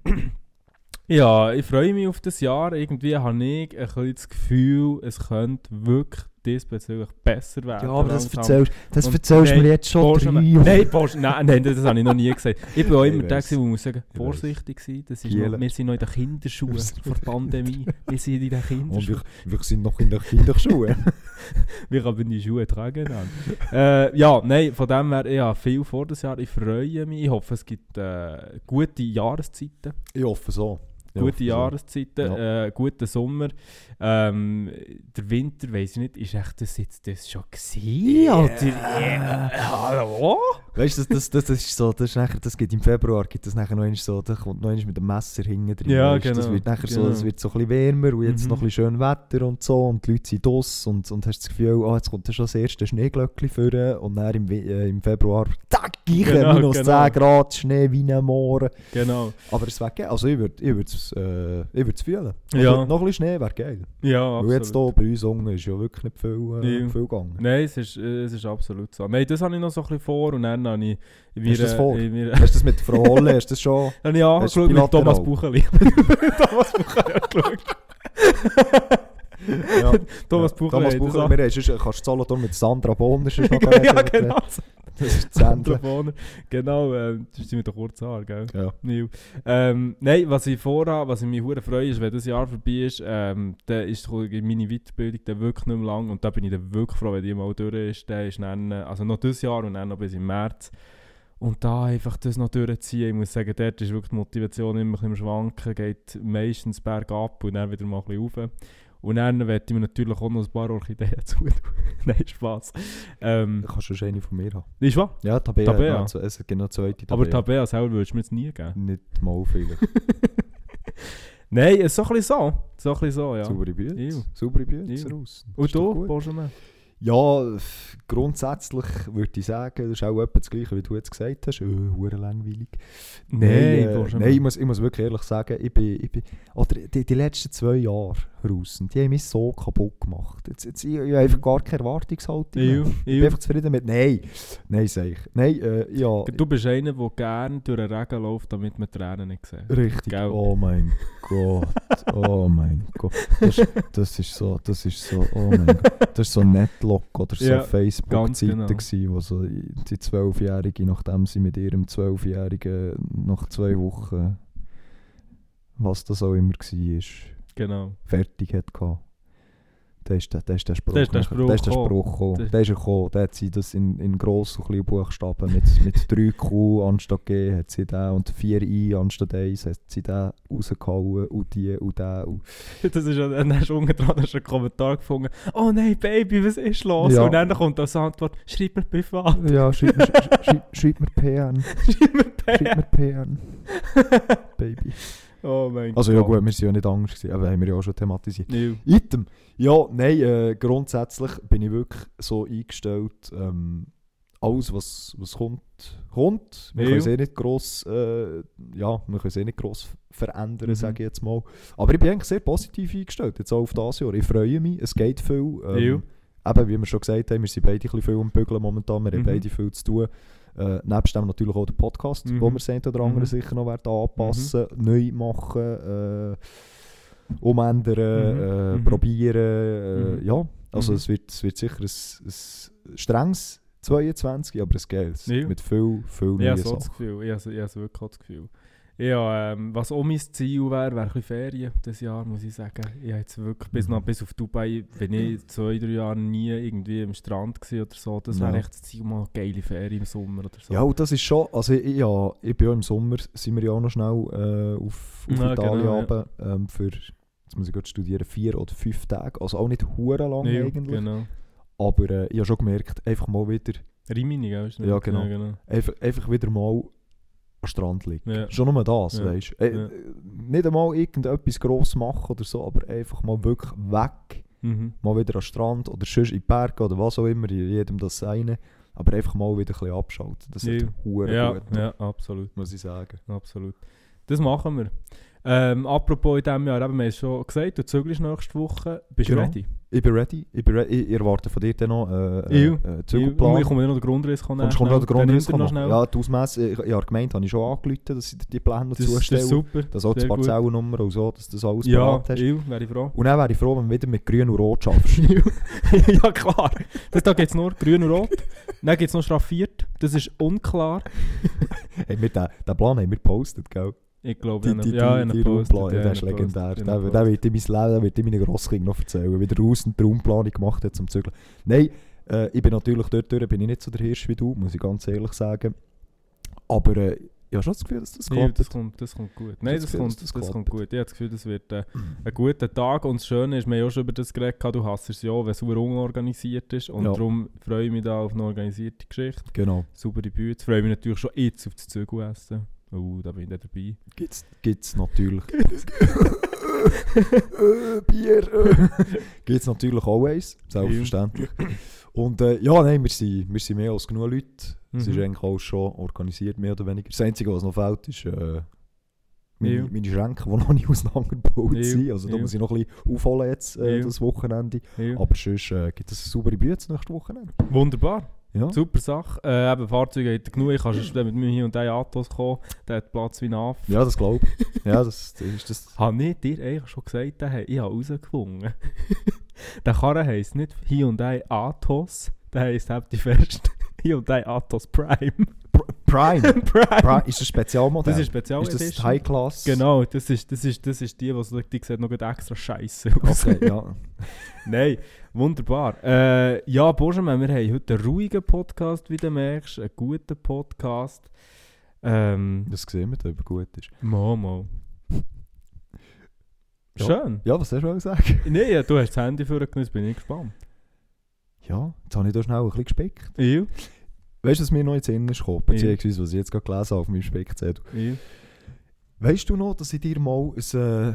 S1: ja, ich freue mich auf das Jahr. Irgendwie habe ich ein bisschen das Gefühl, es könnte wirklich diesbezüglich besser werden.
S2: Ja, aber das
S1: langsam.
S2: erzählst, das
S1: Und
S2: erzählst du
S1: nein,
S2: mir jetzt schon
S1: Porsche-
S2: drei
S1: Nein, Porsche, nein, nein, das habe ich noch nie gesagt. Ich bin auch
S2: Ich
S1: immer der,
S2: weiss.
S1: gewesen, der muss sagen,
S2: Ich
S1: vorsichtig sein. Das ist
S2: Kiel.
S1: noch, wir sind noch in den Kinderschuhen
S2: Wir sind
S1: vor der Pandemie. Wir sind in den
S2: Und
S1: Kinderschuhen.
S2: wir, wir sind noch in der Kinderschule.
S1: Wir haben die Schuhe tragen dann. äh, ja, nein, von dem her, ich habe viel vor das Jahr. Ich freue mich. Ich hoffe, es gibt äh, gute Jahreszeiten.
S2: ich hoffe so. Ich hoffe
S1: gute
S2: so.
S1: Jahreszeiten, äh, guten Sommer. Ähm, der Winter, weiß ich nicht, ist echt das jetzt das schon gewesen?
S2: Ja.
S1: Oder, ja, hallo?
S2: Weißt du, das, das, das, das ist so, das, ist nachher, das gibt im Februar, gibt das nachher noch einmal so, da kommt noch einmal mit dem Messer hinten drin.
S1: Ja,
S2: weißt du, Das
S1: genau,
S2: wird nachher so,
S1: genau.
S2: es wird so ein bisschen wärmer und jetzt
S1: Mhm.
S2: noch ein bisschen schön Wetter und so und die Leute sind draus und, und hast das Gefühl, oh, jetzt kommt dann schon das erste Schneeglöckchen vor und dann im, Wi- äh, im Februar, zack, ich
S1: Genau,
S2: minus
S1: genau.
S2: 10 Grad, Schnee wie ein Moor.
S1: Genau.
S2: Aber es wäre geil, also ich würde es ich würd's, äh, ich würd's fühlen.
S1: Ja.
S2: Also, noch ein bisschen Schnee wäre geil.
S1: Ja,
S2: Weil jetzt
S1: absolut.
S2: hier bei uns unten ist ja wirklich nicht viel, äh,
S1: Ja.
S2: viel gegangen.
S1: Nein, es ist, äh, es ist absolut so. Nein, das habe ich noch so ein bisschen vor und dann habe ich... in
S2: Hast du das
S1: meiner-
S2: vor?
S1: in meiner-
S2: Hast du das mit Frau Holle, hast du das schon...
S1: Dann habe ich
S2: Hast du
S1: angeschaut mit
S2: bilateral?
S1: Thomas Bucheli. Thomas Bucheli angeschaut.
S2: Ja.
S1: Thomas
S2: Ja,
S1: Bucheli hat
S2: Thomas
S1: das
S2: Buchler,
S1: an-
S2: wir haben sonst- kannst du Solothurn mit Sandra Bohner sonst noch
S1: ja,
S2: reden.
S1: genau.
S2: Das ist das Ende.
S1: Telefon. Genau, äh, das sind wir doch kurz an, gell?
S2: Ja.
S1: Neil. Ähm, nein, was ich vorhabe, was ich mich hure freue, ist, wenn das Jahr vorbei ist, ähm, dann ist meine Weiterbildung dann wirklich nicht mehr lang und da bin ich dann wirklich froh, wenn die mal durch ist. Dann ist dann, äh, also noch dieses Jahr und dann noch bis im März. Und da einfach das noch durchziehen, ich muss sagen, dort ist wirklich die Motivation immer ein bisschen im Schwanken, geht meistens bergab und dann wieder mal ein bisschen rauf. Und dann möchte ich mir natürlich auch noch ein paar Orchideen zutun. Nein, Spaß. Ähm,
S2: Da kannst du schon eine von mir haben.
S1: ist wahr?
S2: Ja, Tabea.
S1: Tabea.
S2: hat noch zwei- Es gibt noch eine zweite
S1: Aber Tabea selber würdest du mir jetzt nie geben.
S2: Nicht mal vielleicht.
S1: Nein, es ist so ein bisschen so. So ein bisschen so, ja.
S2: Saubere Bütze.
S1: Ew.
S2: Saubere Bütze
S1: Ew.
S2: raus. Das
S1: Und
S2: ist doch
S1: du,
S2: gut.
S1: Benjamin?
S2: Ja, f- grundsätzlich würde ich sagen, das ist auch etwa das Gleiche, wie du jetzt gesagt hast. Äh, hure langweilig. äh,
S1: Benjamin.
S2: nein ich, muss, ich muss wirklich ehrlich sagen, ich bin, ich bin oder die, die letzten zwei Jahre raus, die haben mich so kaputt gemacht. Jetzt, jetzt, ich, ich habe einfach gar keine Erwartungshaltung mehr.
S1: Ew,
S2: Ich bin
S1: ew.
S2: einfach zufrieden mit Nein. Nein, sage ich. Nein, äh, ja.
S1: Du bist einer, der gerne durch den Regen läuft, damit man die Tränen nicht sieht.
S2: Richtig.
S1: Gell?
S2: Oh mein Gott. Oh Dus- mein Gott. Das, das ist so, das ist so, oh mein Gott. Das ist so Netlock oder so
S1: Ja, ganz
S2: Facebook-Zeiten
S1: genau.
S2: gewesen, wo so die Zwölfjährige, nachdem sie mit ihrem Zwölfjährigen nach zwei Wochen, eh, was das auch immer war,
S1: Genau.
S2: fertig hat gehabt. Da ist der, da ist der Spruch.
S1: Da ist der
S2: nachher-
S1: Spruch
S2: Da ist der
S1: gekommen.
S2: Spruch
S1: Da
S2: gekommen.
S1: ist-
S2: Da ist er gekommen. Da hat sie das in, in grossen kleinen Buchstaben mit, mit 3 Q anstatt G hat sie den und 4 I anstatt 1 hat sie den rausgehauen und die und den. Und
S1: Das ist, ja- dann hast du unten dran hast du einen Kommentar gefunden. Oh nein, Baby, was ist los?
S2: Ja.
S1: Und dann kommt als Antwort, schreib mir privat.
S2: ja, schreib, mir- sch- sch- schreib mir PN.
S1: schreib mir
S2: Schreib
S1: per.
S2: mir PN, Baby.
S1: Oh mein
S2: Also ja
S1: Gott.
S2: gut, wir sind ja nicht Angst, gewesen, aber haben wir ja auch schon thematisiert.
S1: Nil.
S2: Item. Ja, nein, äh, grundsätzlich bin ich wirklich so eingestellt, ähm, alles was, was kommt, kommt. Wir
S1: Ja.
S2: können es eh nicht gross, äh, ja, wir können es eh nicht gross verändern,
S1: Mhm.
S2: sage ich jetzt mal. Aber ich bin eigentlich sehr positiv eingestellt, jetzt auch auf das Jahr. Ich freue mich, es geht viel. Ähm, Eben, wie wir schon gesagt haben, wir sind beide ein bisschen viel am Bügeln momentan, wir haben
S1: Mhm.
S2: beide viel zu tun. Äh, nebst dem natürlich auch der Podcast,
S1: Mhm.
S2: wo wir das eine oder andere
S1: Mhm.
S2: sicher noch werden anpassen, neu machen, äh, umändern,
S1: Mhm.
S2: äh,
S1: Mhm.
S2: probieren. Äh,
S1: Mhm.
S2: Ja, also
S1: Mhm.
S2: es, wird, es wird sicher ein, ein strenges 22, aber ein geiles.
S1: Ja.
S2: Mit viel, viel neuen
S1: Ich habe so
S2: Sachen.
S1: das Gefühl. Ich habe, so- ich habe so wirklich auch das Gefühl. Ja, ähm, was auch mein Ziel wäre, wäre ein bisschen Ferien dieses Jahr, muss ich sagen. Ich habe jetzt wirklich bis,
S2: Mhm.
S1: noch, bis auf Dubai, wenn ich zwei, drei Jahre nie irgendwie am Strand gewesen oder so, das wäre
S2: Ja.
S1: echt das Ziel, mal eine geile Ferien im Sommer oder so.
S2: Ja, und das ist schon, also ich, ich, ja, ich bin ja im Sommer, sind wir ja auch noch schnell äh, auf, auf
S1: Ja,
S2: Italien
S1: genau, ja.
S2: runter, ähm, für, jetzt muss ich gut studieren, vier oder fünf Tage, also auch nicht hure lang
S1: Ja,
S2: eigentlich,
S1: Genau.
S2: aber äh, ich habe schon gemerkt, einfach mal wieder,
S1: Rimini, gell? ist nicht-
S2: Ja, genau.
S1: Ja, genau.
S2: einfach, einfach wieder mal am Strand liegen.
S1: Ja.
S2: Schon nur das,
S1: Ja.
S2: weißt du. Äh,
S1: Ja.
S2: Nicht einmal irgendetwas gross machen oder so, aber einfach mal wirklich weg,
S1: Mhm.
S2: mal wieder am Strand oder sonst in die Berge oder was auch immer, jedem das seine, aber einfach mal wieder ein bisschen abschalten, das
S1: Ja.
S2: ist hure
S1: Ja,
S2: gut,
S1: ja, absolut.
S2: muss ich sagen.
S1: Absolut. Das machen wir. Ähm, apropos in diesem Jahr, eben, wir haben es schon gesagt, du zügelst nächste Woche. Bist
S2: Genau.
S1: du ready?
S2: Ich bin ready. Ich, bin re ich, ich erwarte von dir dann noch äh,
S1: Ew.
S2: äh, äh,
S1: Ich, Oh,
S2: Zügelplan.
S1: ich komme dann noch den Grundriss. kann
S2: Kommst
S1: nehmen,
S2: du noch den
S1: schnell. Dann
S2: Grundriss
S1: nimmt er noch
S2: machen?
S1: schnell.
S2: Ja, die Ausmesse, ich, ich habe gemeint, habe ich schon angeläutet, dass ich dir die Pläne
S1: das, das
S2: zustelle.
S1: ist super.
S2: dass auch die
S1: sehr gut.
S2: Parzellennummer und so, dass du das alles
S1: Ja,
S2: parat hast.
S1: ich wäre ich froh.
S2: Und dann wäre ich froh, wenn du wieder mit grün und rot schaffst.
S1: ja, klar. Das, da gibt es nur grün und rot. Dann gibt es noch straffiert. Das ist unklar.
S2: hey, wir, den, den Plan haben wir gepostet, gell?
S1: Ich glaube, ich habe-
S2: die,
S1: ja, ich
S2: die,
S1: habe
S2: die
S1: gepostet,
S2: Raumplanung,
S1: ja,
S2: der
S1: ich
S2: ist
S1: habe gepostet,
S2: legendär.
S1: ich habe
S2: Den, den wird in mein Leben, den wird in meinen Grosskindern noch erzählen, wie der Russen die Raumplanung gemacht hat zum Zügeln. Nein, äh, ich bin natürlich dort durch, bin ich nicht so der Hirsch wie du, muss ich ganz ehrlich sagen. Aber äh, ich habe schon das Gefühl, dass das
S1: gepostet. Nee,
S2: klappt.
S1: das kommt, das kommt gut. Nein,
S2: das
S1: das
S2: Gefühl,
S1: kommt,
S2: dass das
S1: das kommt
S2: klappt.
S1: gut. Ich habe das Gefühl, das wird äh, ein guter Tag. Und das Schöne ist, wir haben ja auch schon über das geredet, gehabt, du hast es ja, auch, wenn es super unorganisiert ist. Und
S2: Ja.
S1: darum freue ich mich da auf eine organisierte Geschichte.
S2: Genau.
S1: Saubere Bühne. Jetzt freue ich mich natürlich schon jetzt auf das Zügelessen. Oh, da bin ich dann dabei.
S2: Gibt's, gibt's natürlich. Äh, Bier. Äh. gibt's natürlich always, selbstverständlich. Und äh, ja, nein, wir sind, wir sind mehr als genug Leute. Es ist
S1: Mhm.
S2: eigentlich alles schon organisiert, mehr oder weniger. Das Einzige, was noch fehlt, ist äh, meine,
S1: Ja.
S2: meine Schränke, die noch nicht auseinandergebaut
S1: Ja.
S2: sind. Also da
S1: Ja.
S2: muss ich noch ein bisschen aufholen jetzt, äh,
S1: Ja.
S2: das Wochenende.
S1: Ja.
S2: Aber sonst äh, gibt es eine saubere Bühne nächstes Wochenende.
S1: Wunderbar.
S2: Ja.
S1: Super Sache. Äh, eben, Fahrzeuge hat er genug. Ich kann schon mit mir hier und da Autos kommen. Der hat Platz wie nach.
S2: ja, das glaube ich. ja, das, das ist das...
S1: Habe ich dir eigentlich schon gesagt, den hab- ich habe rausgefunden. der Karren heisst nicht hier und da Atos. Der heisst halt die Fest. hier und da Atos Prime.
S2: Pr- Prime.
S1: Prime.
S2: Prime ist ein Spezialmodell.
S1: Das ist speziell.
S2: Ist das High Class?
S1: Genau, das ist, das ist, das ist die, was die sieht noch gerade extra scheiße aus.
S2: Okay, ja.
S1: Nein, wunderbar. Äh, ja, Benjamin, wir haben heute einen ruhigen Podcast, wie du merkst, einen guten Podcast. Ähm,
S2: Das sehen wir, ob er gut ist.
S1: Momo.
S2: Ja.
S1: Schön.
S2: Ja, was soll ich sagen?
S1: Nein, ja, du hast das Handy für jetzt bin ich gespannt.
S2: Ja, jetzt habe ich da schnell ein bisschen gespickt.
S1: Ich?
S2: Weißt du, was mir noch jetzt in den Sinn ist gekommen?
S1: Ja.
S2: Beziehungsweise, was ich jetzt gerade gelesen habe auf meinem Spickzettel.
S1: Ich?
S2: Weißt du noch, dass ich dir mal ein, äh,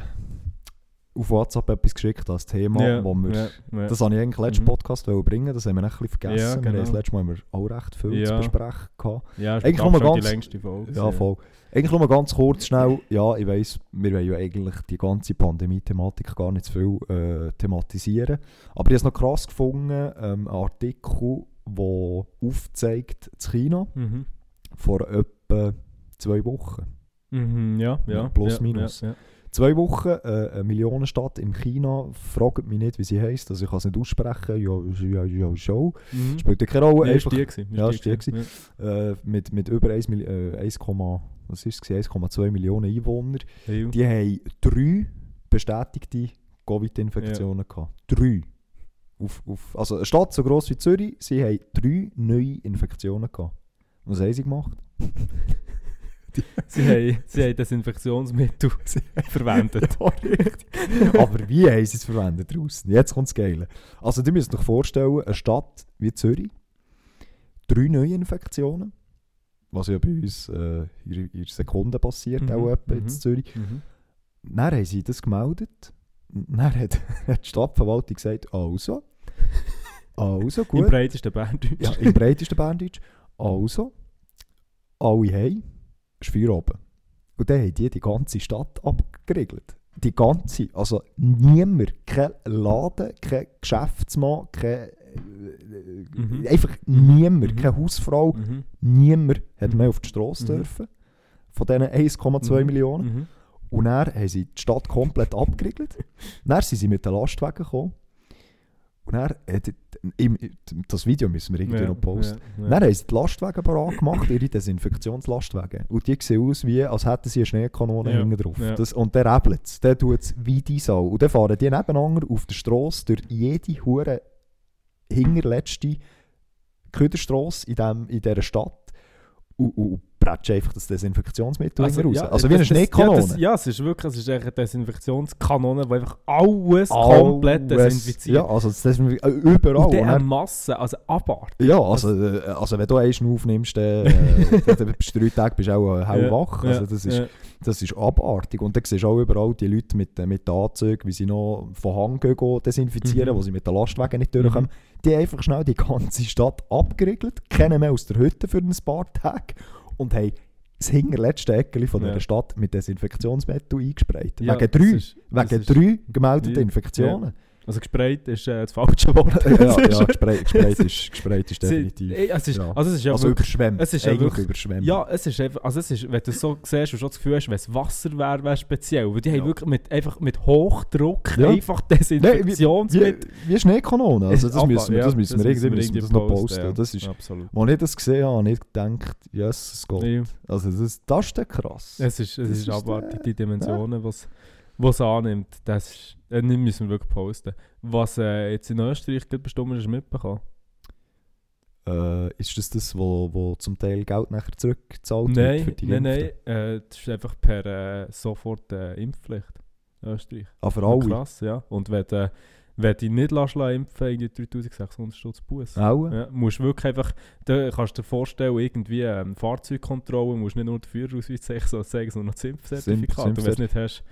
S2: auf WhatsApp etwas geschickt habe, das Thema, wo wir...
S1: ja.
S2: Das wollte ich eigentlich letzten
S1: Mhm.
S2: Podcast wollen bringen, das haben wir dann ein bisschen vergessen.
S1: Ja,
S2: Wir haben
S1: genau.
S2: das letzte Mal haben wir auch recht viel zu
S1: Ja.
S2: besprechen gehabt.
S1: ja, ist
S2: eigentlich
S1: glaub
S2: nur
S1: schon
S2: ganz-
S1: die längste Folge.
S2: Ja, voll. Eigentlich nur ganz kurz schnell. Ja, ich weiss, wir wollen ja eigentlich die ganze Pandemie-Thematik gar nicht so viel äh, thematisieren. Aber ich habe es noch krass gefunden, ähm, ein Artikel, der aufzeigt das China
S1: Mhm.
S2: vor etwa zwei Wochen.
S1: Mhm, ja, ja.
S2: Ja, plus,
S1: ja,
S2: minus.
S1: Ja, ja.
S2: Zwei Wochen, äh, eine Millionenstadt in China. Fragt mich nicht, wie sie heisst. Also ich kann es nicht aussprechen. Ja, ja, ja, schon.
S1: Mhm.
S2: Spielt ja keine Rolle.
S1: Ja, ist
S2: einfach,
S1: die gewesen,
S2: Ja,
S1: ist die
S2: ist die
S1: gewesen.
S2: äh, mit, mit über 1, Mil- äh, 1, was ist es gewesen? 1,2 Millionen Einwohner.
S1: Ja. Ich.
S2: Die haben drei bestätigte Covid-Infektionen gehabt. Drei. Auf, auf, also eine Stadt so gross wie Zürich, sie haben drei neue Infektionen gehabt. Was haben sie gemacht?
S1: Sie haben, sie haben Desinfektionsmittel verwendet.
S2: Aber wie haben sie es verwendet draußen? Jetzt kommt das Geile. Also, du müsst euch vorstellen, eine Stadt wie Zürich, drei neue Infektionen, was ja bei uns äh, in, in Sekunden passiert,
S1: Mhm,
S2: auch etwa in
S1: mhm.
S2: Zürich.
S1: Mhm.
S2: Dann haben sie das gemeldet. Dann hat, hat die Stadtverwaltung gesagt, also, also
S1: Im
S2: gut.
S1: breitesten Berndeutsch.
S2: ja, Im breitesten Berndeutsch. Also, alle heim, ist Feierabend. Und dann haben die die ganze Stadt abgeriegelt. Die ganze, also niemand, kein Laden, kein Geschäftsmann, kein...
S1: Mhm.
S2: Einfach niemand,
S1: Mhm.
S2: keine Hausfrau,
S1: Mhm.
S2: niemand hat
S1: Mhm.
S2: mehr auf die Straße
S1: Mhm.
S2: dürfen. Von diesen 1,2
S1: Mhm.
S2: Millionen.
S1: Mhm.
S2: Und dann haben sie die Stadt komplett abgeriegelt. dann sind sie mit den Lastwagen gekommen. Und dann, hat im, das Video müssen wir irgendwie
S1: Ja,
S2: noch posten.
S1: ja, ja.
S2: Dann haben sie die Lastwagen parat gemacht, ihre Desinfektionslastwagen. Und die sehen aus, wie, als hätten sie eine Schneekanone
S1: Ja,
S2: hinten drauf.
S1: ja.
S2: Das, und der rebelt es, der tut es wie die Sau. Und dann fahren die nebeneinander auf der Straße durch jede hure hinterletzte Küderstrasse in, dem, in dieser Stadt und, und, und bretschen einfach das Desinfektionsmittel also, raus.
S1: ja,
S2: also wie eine
S1: das- das-
S2: Schneekanone.
S1: Ja, das, ja, es ist wirklich es ist echt eine Desinfektionskanone, die einfach alles,
S2: Alles.
S1: komplett desinfiziert.
S2: Ja, also das desinfiziert, äh, überall.
S1: Und dann eine
S2: Und
S1: Masse, also Abart.
S2: dann, ja, also, äh, also wenn du einen Schnuff nimmst, dann, äh, dann bist du drei Tage bist du auch äh, hellwach. Also das ist,
S1: ja.
S2: das ist abartig. Und dann siehst du auch überall die Leute mit, äh, mit den Anzügen, wie sie noch von Hang gehen, gehen desinfizieren,
S1: Mhm.
S2: wo sie mit den Lastwagen nicht durchkommen. Die haben einfach schnell die ganze Stadt abgeriegelt, kennen mehr aus der Hütte für ein paar Tage und haben das hinterletzte Eckchen von
S1: Ja.
S2: dieser Stadt mit Desinfektionsmittel eingesprayt.
S1: Ja, Dus-
S2: wegen
S1: das
S2: drei,
S1: ist- das
S2: wegen
S1: ist-
S2: drei gemeldeten
S1: Ja.
S2: Infektionen.
S1: Also gesprayt ist äh, das falsche Wort.
S2: ja,
S1: Es ist-
S2: ja, gesprayt, gesprayt ist, gesprayt ist
S1: Sie-
S2: definitiv.
S1: Ey, Es ist,
S2: Ja.
S1: Also es ist ja
S2: Also
S1: wirklich...
S2: überschwemmt.
S1: es ist ja
S2: eigentlich
S1: wirklich-
S2: überschwemmt.
S1: Ja, es ist einfach, also es ist, wenn du es so siehst und schon das Gefühl hast, wenn es Wasser wäre, wäre es speziell. Weil die
S2: Ja.
S1: haben wirklich mit, einfach mit Hochdruck
S2: Ja.
S1: einfach
S2: Wie,
S1: Desinfektionsmittel.
S2: wie Schneekanonen. Also das
S1: Aber,
S2: müssen wir,
S1: ja,
S2: das müssen wir
S1: das
S2: irgendwie
S1: müssen wir
S2: müssen wir das
S1: irgendwie
S2: noch
S1: posten,
S2: posten.
S1: ja.
S2: Das ist,
S1: Absolut.
S2: als ich das gesehen habe, habe ich gedacht, yes, Gott.
S1: Ja.
S2: Also das, das ist dann krass.
S1: Es ist, es
S2: Das
S1: ist,
S2: ist,
S1: abartig,
S2: äh,
S1: die Dimensionen, was was es annimmt. Das ist, äh, nicht müssen wir wirklich posten. Was äh, jetzt in Österreich gerade bestimmt ist mitbekommen.
S2: Äh, ist das das, wo, wo zum Teil Geld nachher zurückgezahlt wird für
S1: Nein,
S2: Oh, die
S1: nein, nein.
S2: Geimpften?
S1: Äh, das ist einfach per äh, sofort äh, Impfpflicht. in Österreich.
S2: Ah, für alle?
S1: Krass, ja. Und wenn, äh, wenn du dich nicht lässt, lassen impfen irgendwie 3600 Stutz Buß.
S2: Alle?
S1: Ja, musst wirklich einfach, da kannst du dir vorstellen, irgendwie ähm, Fahrzeugkontrolle, musst nicht nur den Führerausweis zeigen, sondern zeigen, sondern noch das Impfzertifikat. Und wenn du es nicht hast,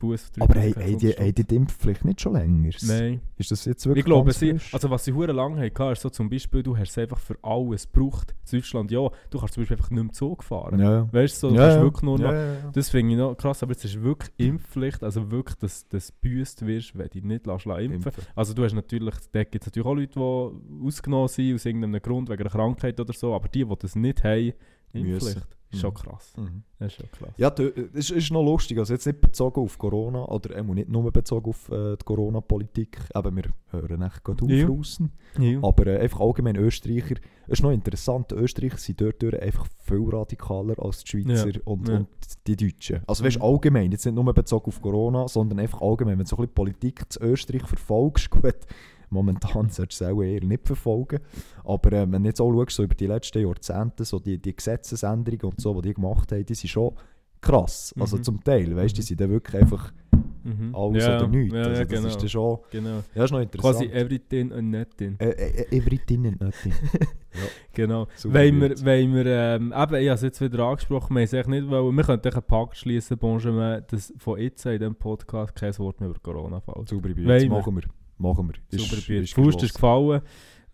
S1: Buß
S2: Aber hey, hey, die, hey, die Impfpflicht nicht schon länger?
S1: Nein.
S2: Ist das jetzt wirklich
S1: Ich glaube,
S2: ganz
S1: sie,
S2: frisch?
S1: also was sie hure lang hatten, ist so zum Beispiel, du hast es einfach für alles gebraucht. In Deutschland, ja, du kannst zum Beispiel einfach nicht mehr Zug fahren.
S2: ja, ja.
S1: Weißt du, so, du
S2: Ja,
S1: kannst Also,
S2: ja.
S1: wirklich nur
S2: ja,
S1: noch...
S2: ja, ja.
S1: Das finde ich noch krass, aber es ist wirklich Impfpflicht, also wirklich, dass dass du büßt wirst, wenn du dich nicht lässt, lassen impfen
S2: Impfen.
S1: Also du hast natürlich, da gibt es natürlich auch Leute, die ausgenommen sind, aus irgendeinem Grund, wegen einer Krankheit oder so, aber die, die das nicht haben,
S2: Müssen.
S1: Impfpflicht, ist schon krass.
S2: Mhm.
S1: Das ist schon krass.
S2: Ja, du, es ist noch lustig, also jetzt nicht bezogen auf Corona, oder ähm, nicht nur bezogen auf äh, die Corona-Politik, eben wir hören echt gerade auf
S1: Ja.
S2: draussen.
S1: Ja.
S2: aber äh, einfach allgemein Österreicher, es ist noch interessant, die Österreicher sind dort durch einfach viel radikaler als die Schweizer
S1: Ja,
S2: und,
S1: ja.
S2: und die Deutschen. Also weißt
S1: Mhm.
S2: allgemein, jetzt nicht nur bezogen auf Corona, sondern einfach allgemein, wenn du so ein bisschen Politik zu Österreich verfolgst, gut, momentan solltest du es auch eher nicht verfolgen, aber äh, wenn du jetzt auch schaust, so über die letzten Jahrzehnte, so die, die Gesetzesänderungen und so, die die gemacht haben, die sind schon krass, also
S1: Mhm.
S2: zum Teil, weißt du, die sind dann wirklich einfach
S1: Mhm.
S2: alles
S1: ja,
S2: oder nichts,
S1: Ja, ja,
S2: also das
S1: genau.
S2: ist dann schon,
S1: genau.
S2: ja, ist noch interessant.
S1: Quasi everything and nothing.
S2: äh, äh, everything and nothing.
S1: Genau.
S2: Super
S1: Wenn wir,
S2: gut.
S1: wenn wir ähm, eben, ich habe es jetzt wieder angesprochen, wir haben es eigentlich nicht wollen, wir könnten einen Pakt schließen, Benjamin, dass von jetzt an in diesem Podcast kein Wort mehr über Corona fällt.
S2: Saubere Bier.
S1: Wollen
S2: Das
S1: wir?
S2: machen wir. Machen wir.
S1: Super,
S2: Ist-
S1: Piet.
S2: ist
S1: Faust ist
S2: geschlossen.
S1: gefallen.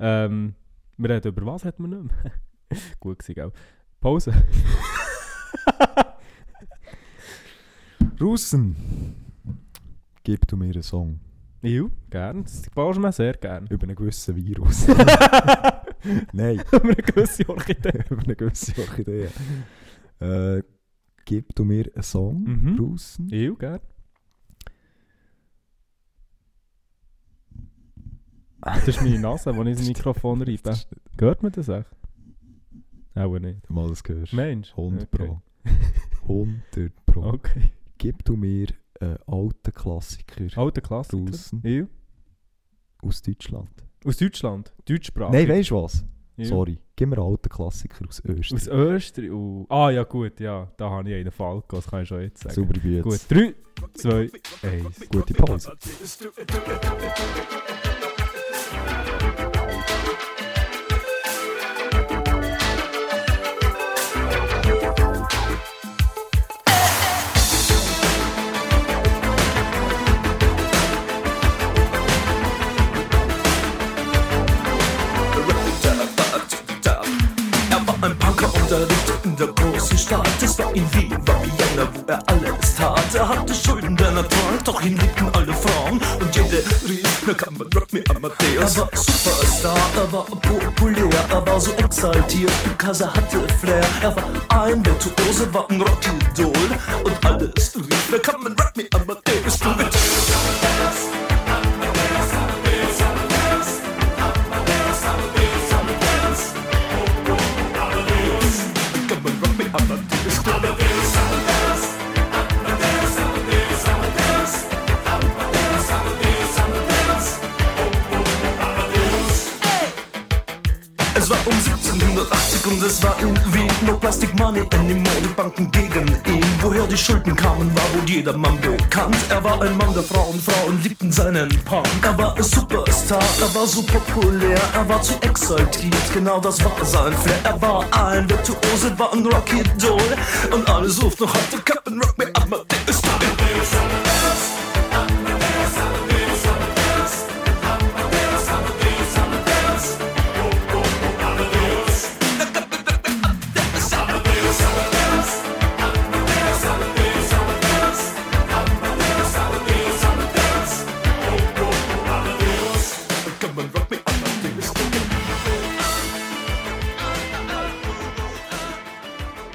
S1: Ähm, wir reden über was, hat man nicht mehr. Gut gewesen, gell? Pause.
S2: Russen, gib du mir einen Song
S1: Jo, gern. Das Benjamin sehr gern.
S2: über einen gewissen Virus. Nein,
S1: Über eine gewisse Orchidee.
S2: über eine gewisse Orchidee. Äh, gib du mir einen Song,
S1: Mhm.
S2: Russen.
S1: Jo, gern. Das ist meine Nase, wenn ich ins Mikrofon reibe. Hört man das echt? Auch nicht.
S2: Mal das gehört.
S1: Mensch.
S2: 100
S1: okay.
S2: Pro. 100 Pro.
S1: Okay.
S2: Gib du mir einen alten Klassiker,
S1: Alter Klassiker.
S2: Russen,
S1: Ja.
S2: aus Deutschland.
S1: Aus Deutschland. Deutschsprachig.
S2: Nein, weißt du was?
S1: Ja.
S2: Sorry, gib mir einen alten Klassiker aus
S1: Aus
S2: Österreich.
S1: Österreich. Uh. Ah ja gut, ja. Da habe ich einen Fall gehabt, das kann ich schon jetzt sagen.
S2: Saubere Bier.
S1: Gut, 3, 2, 1.
S2: Gute Pause.
S3: Thank Unterricht in der großen Stadt. Es war in Wien, war Vienna, wo er alles tat. Er hatte Schulden, der Natur, doch ihn liebten alle Frauen. Und jede rief, na kann man Rock me Amadeus. Er war Superstar, er war populär, er war so exaltiert, because er hatte Flair. Er war ein Virtuose, war ein Rockidol. Und alles rief, na kann man Rock me Amadeus. Du mit Come and rock me Amadeus. Es war um 1780 und es war in Wien. No Plastic Money anymore, die Banken gegen ihn. Woher die Schulden kamen, war wohl jedermann bekannt. Er war ein Mann der Frauen, Frauen liebten seinen Punk. Er war ein Superstar, er war so populär, er war zu exaltiert, genau das war sein Flair. Er war ein Virtuose, war ein Rocky Doll. Und alle suchten noch heute Captain Rock, me Amadeus. Come and rock me Amadeus.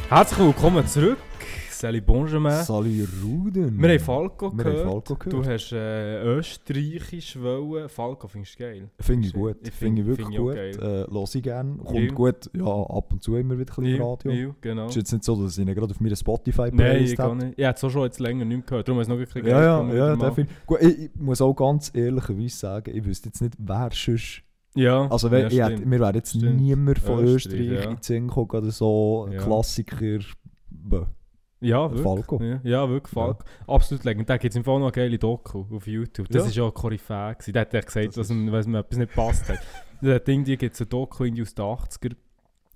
S1: Herzlich willkommen zurück. Salut Benjamin.
S2: Sally Ruden.
S1: Wir haben Falco
S2: Mhm. Wir
S1: gehört.
S2: haben Falco gehört.
S1: Du hast äh, Österreichisch wollen. Falco findest du geil.
S2: Finde ich gut.
S1: Ich
S2: Finde
S1: find-
S2: ich wirklich
S1: find ich auch
S2: gut. Äh, Lass ich gerne. Kommt
S1: Ja.
S2: gut, ja, ab und zu immer wieder ein bisschen im
S1: Ja,
S2: Radio.
S1: ja, genau.
S2: Ist jetzt nicht so, dass ich ihn gerade auf meiner
S1: Nein, ich
S2: Spotify-Playlist
S1: gar
S2: habe.
S1: nicht. Ich habe es auch schon jetzt länger nicht mehr gehört. Darum ist es noch ein bisschen
S2: Ja,
S1: geil
S2: ja,
S1: gefunden,
S2: ja,
S1: mal.
S2: definitiv. Gut, ich, ich muss auch ganz ehrlicherweise sagen, ich wüsste jetzt nicht, wer sonst.
S1: Ja,
S2: Also, wenn,
S1: ja,
S2: ich hätte,
S1: stimmt.
S2: mir wäre jetzt
S1: Stimmt.
S2: niemand von
S1: Österreich,
S2: Österreich,
S1: ja.
S2: in den Sinn gekommen, gerade so ein
S1: Ja.
S2: Klassiker. Bäh.
S1: ja, wirklich.
S2: Falco.
S1: Ja, ja wirklich
S2: Ja.
S1: Falco. Absolut legendär. Da gibt es im Fall noch eine geile Doku auf YouTube. Das
S2: Ja.
S1: ist ja ein Koryphäe. gewesen. Der hat echt gesagt,
S2: Das
S1: dass
S2: ist-
S1: ihm, dass ihm etwas nicht passt hat. Da hat irgendwie gibt es eine Doku in aus den 80er.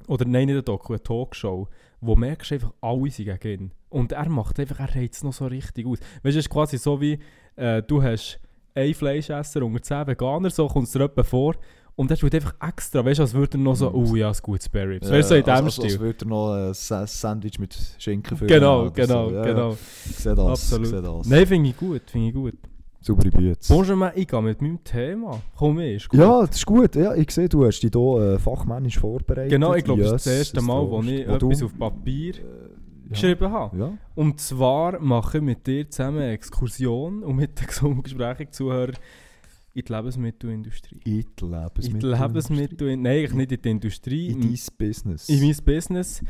S1: Oder nein, nicht eine Doku, eine Talkshow. Wo merkst du einfach, alle sind gegen ihn. Und er macht einfach, er reizt noch so richtig aus. Weißt du, es ist quasi so wie, äh, du hast einen Fleischesser unter 10 Veganer, so kommt es dir etwa vor. Und er tut einfach extra, weißt du, als würde er noch so, oh ja, ein gutes Spare Ribs. Weißt du, so in
S2: Äh,
S1: dem
S2: Mhm. als- als-
S1: Stil.
S2: Als würde er noch ein Sa- Sandwich mit Schinken füllen.
S1: Genau,
S2: oder so.
S1: genau,
S2: Ja, ja.
S1: genau.
S2: Ich sehe das.
S1: Absolut.
S2: Ich sehe das.
S1: Nein, finde ich gut, finde ich gut.
S2: Saubere Bütze.
S1: Bonjour, ich gehe mit meinem Thema. Komm, eh, ist gut.
S2: Ja, das ist gut. Ja, ich sehe, du hast dich hier äh, fachmännisch vorbereitet.
S1: genau, ich glaube, das ist das
S2: Jesus,
S1: erste Mal, wo
S2: Trost.
S1: ich
S2: du- Äh,
S1: etwas auf Papier
S2: ja.
S1: geschrieben habe.
S2: Ja.
S1: Und zwar mache ich mit dir zusammen eine Exkursion und mit den gesunden Gesprächen Zuhörer in die Lebensmittelindustrie.
S2: In die
S1: In die
S2: Lebensmittel.
S1: Lebensmittelindustrie. Nein, eigentlich nicht in die Industrie.
S2: In dein Business.
S1: in mein Business.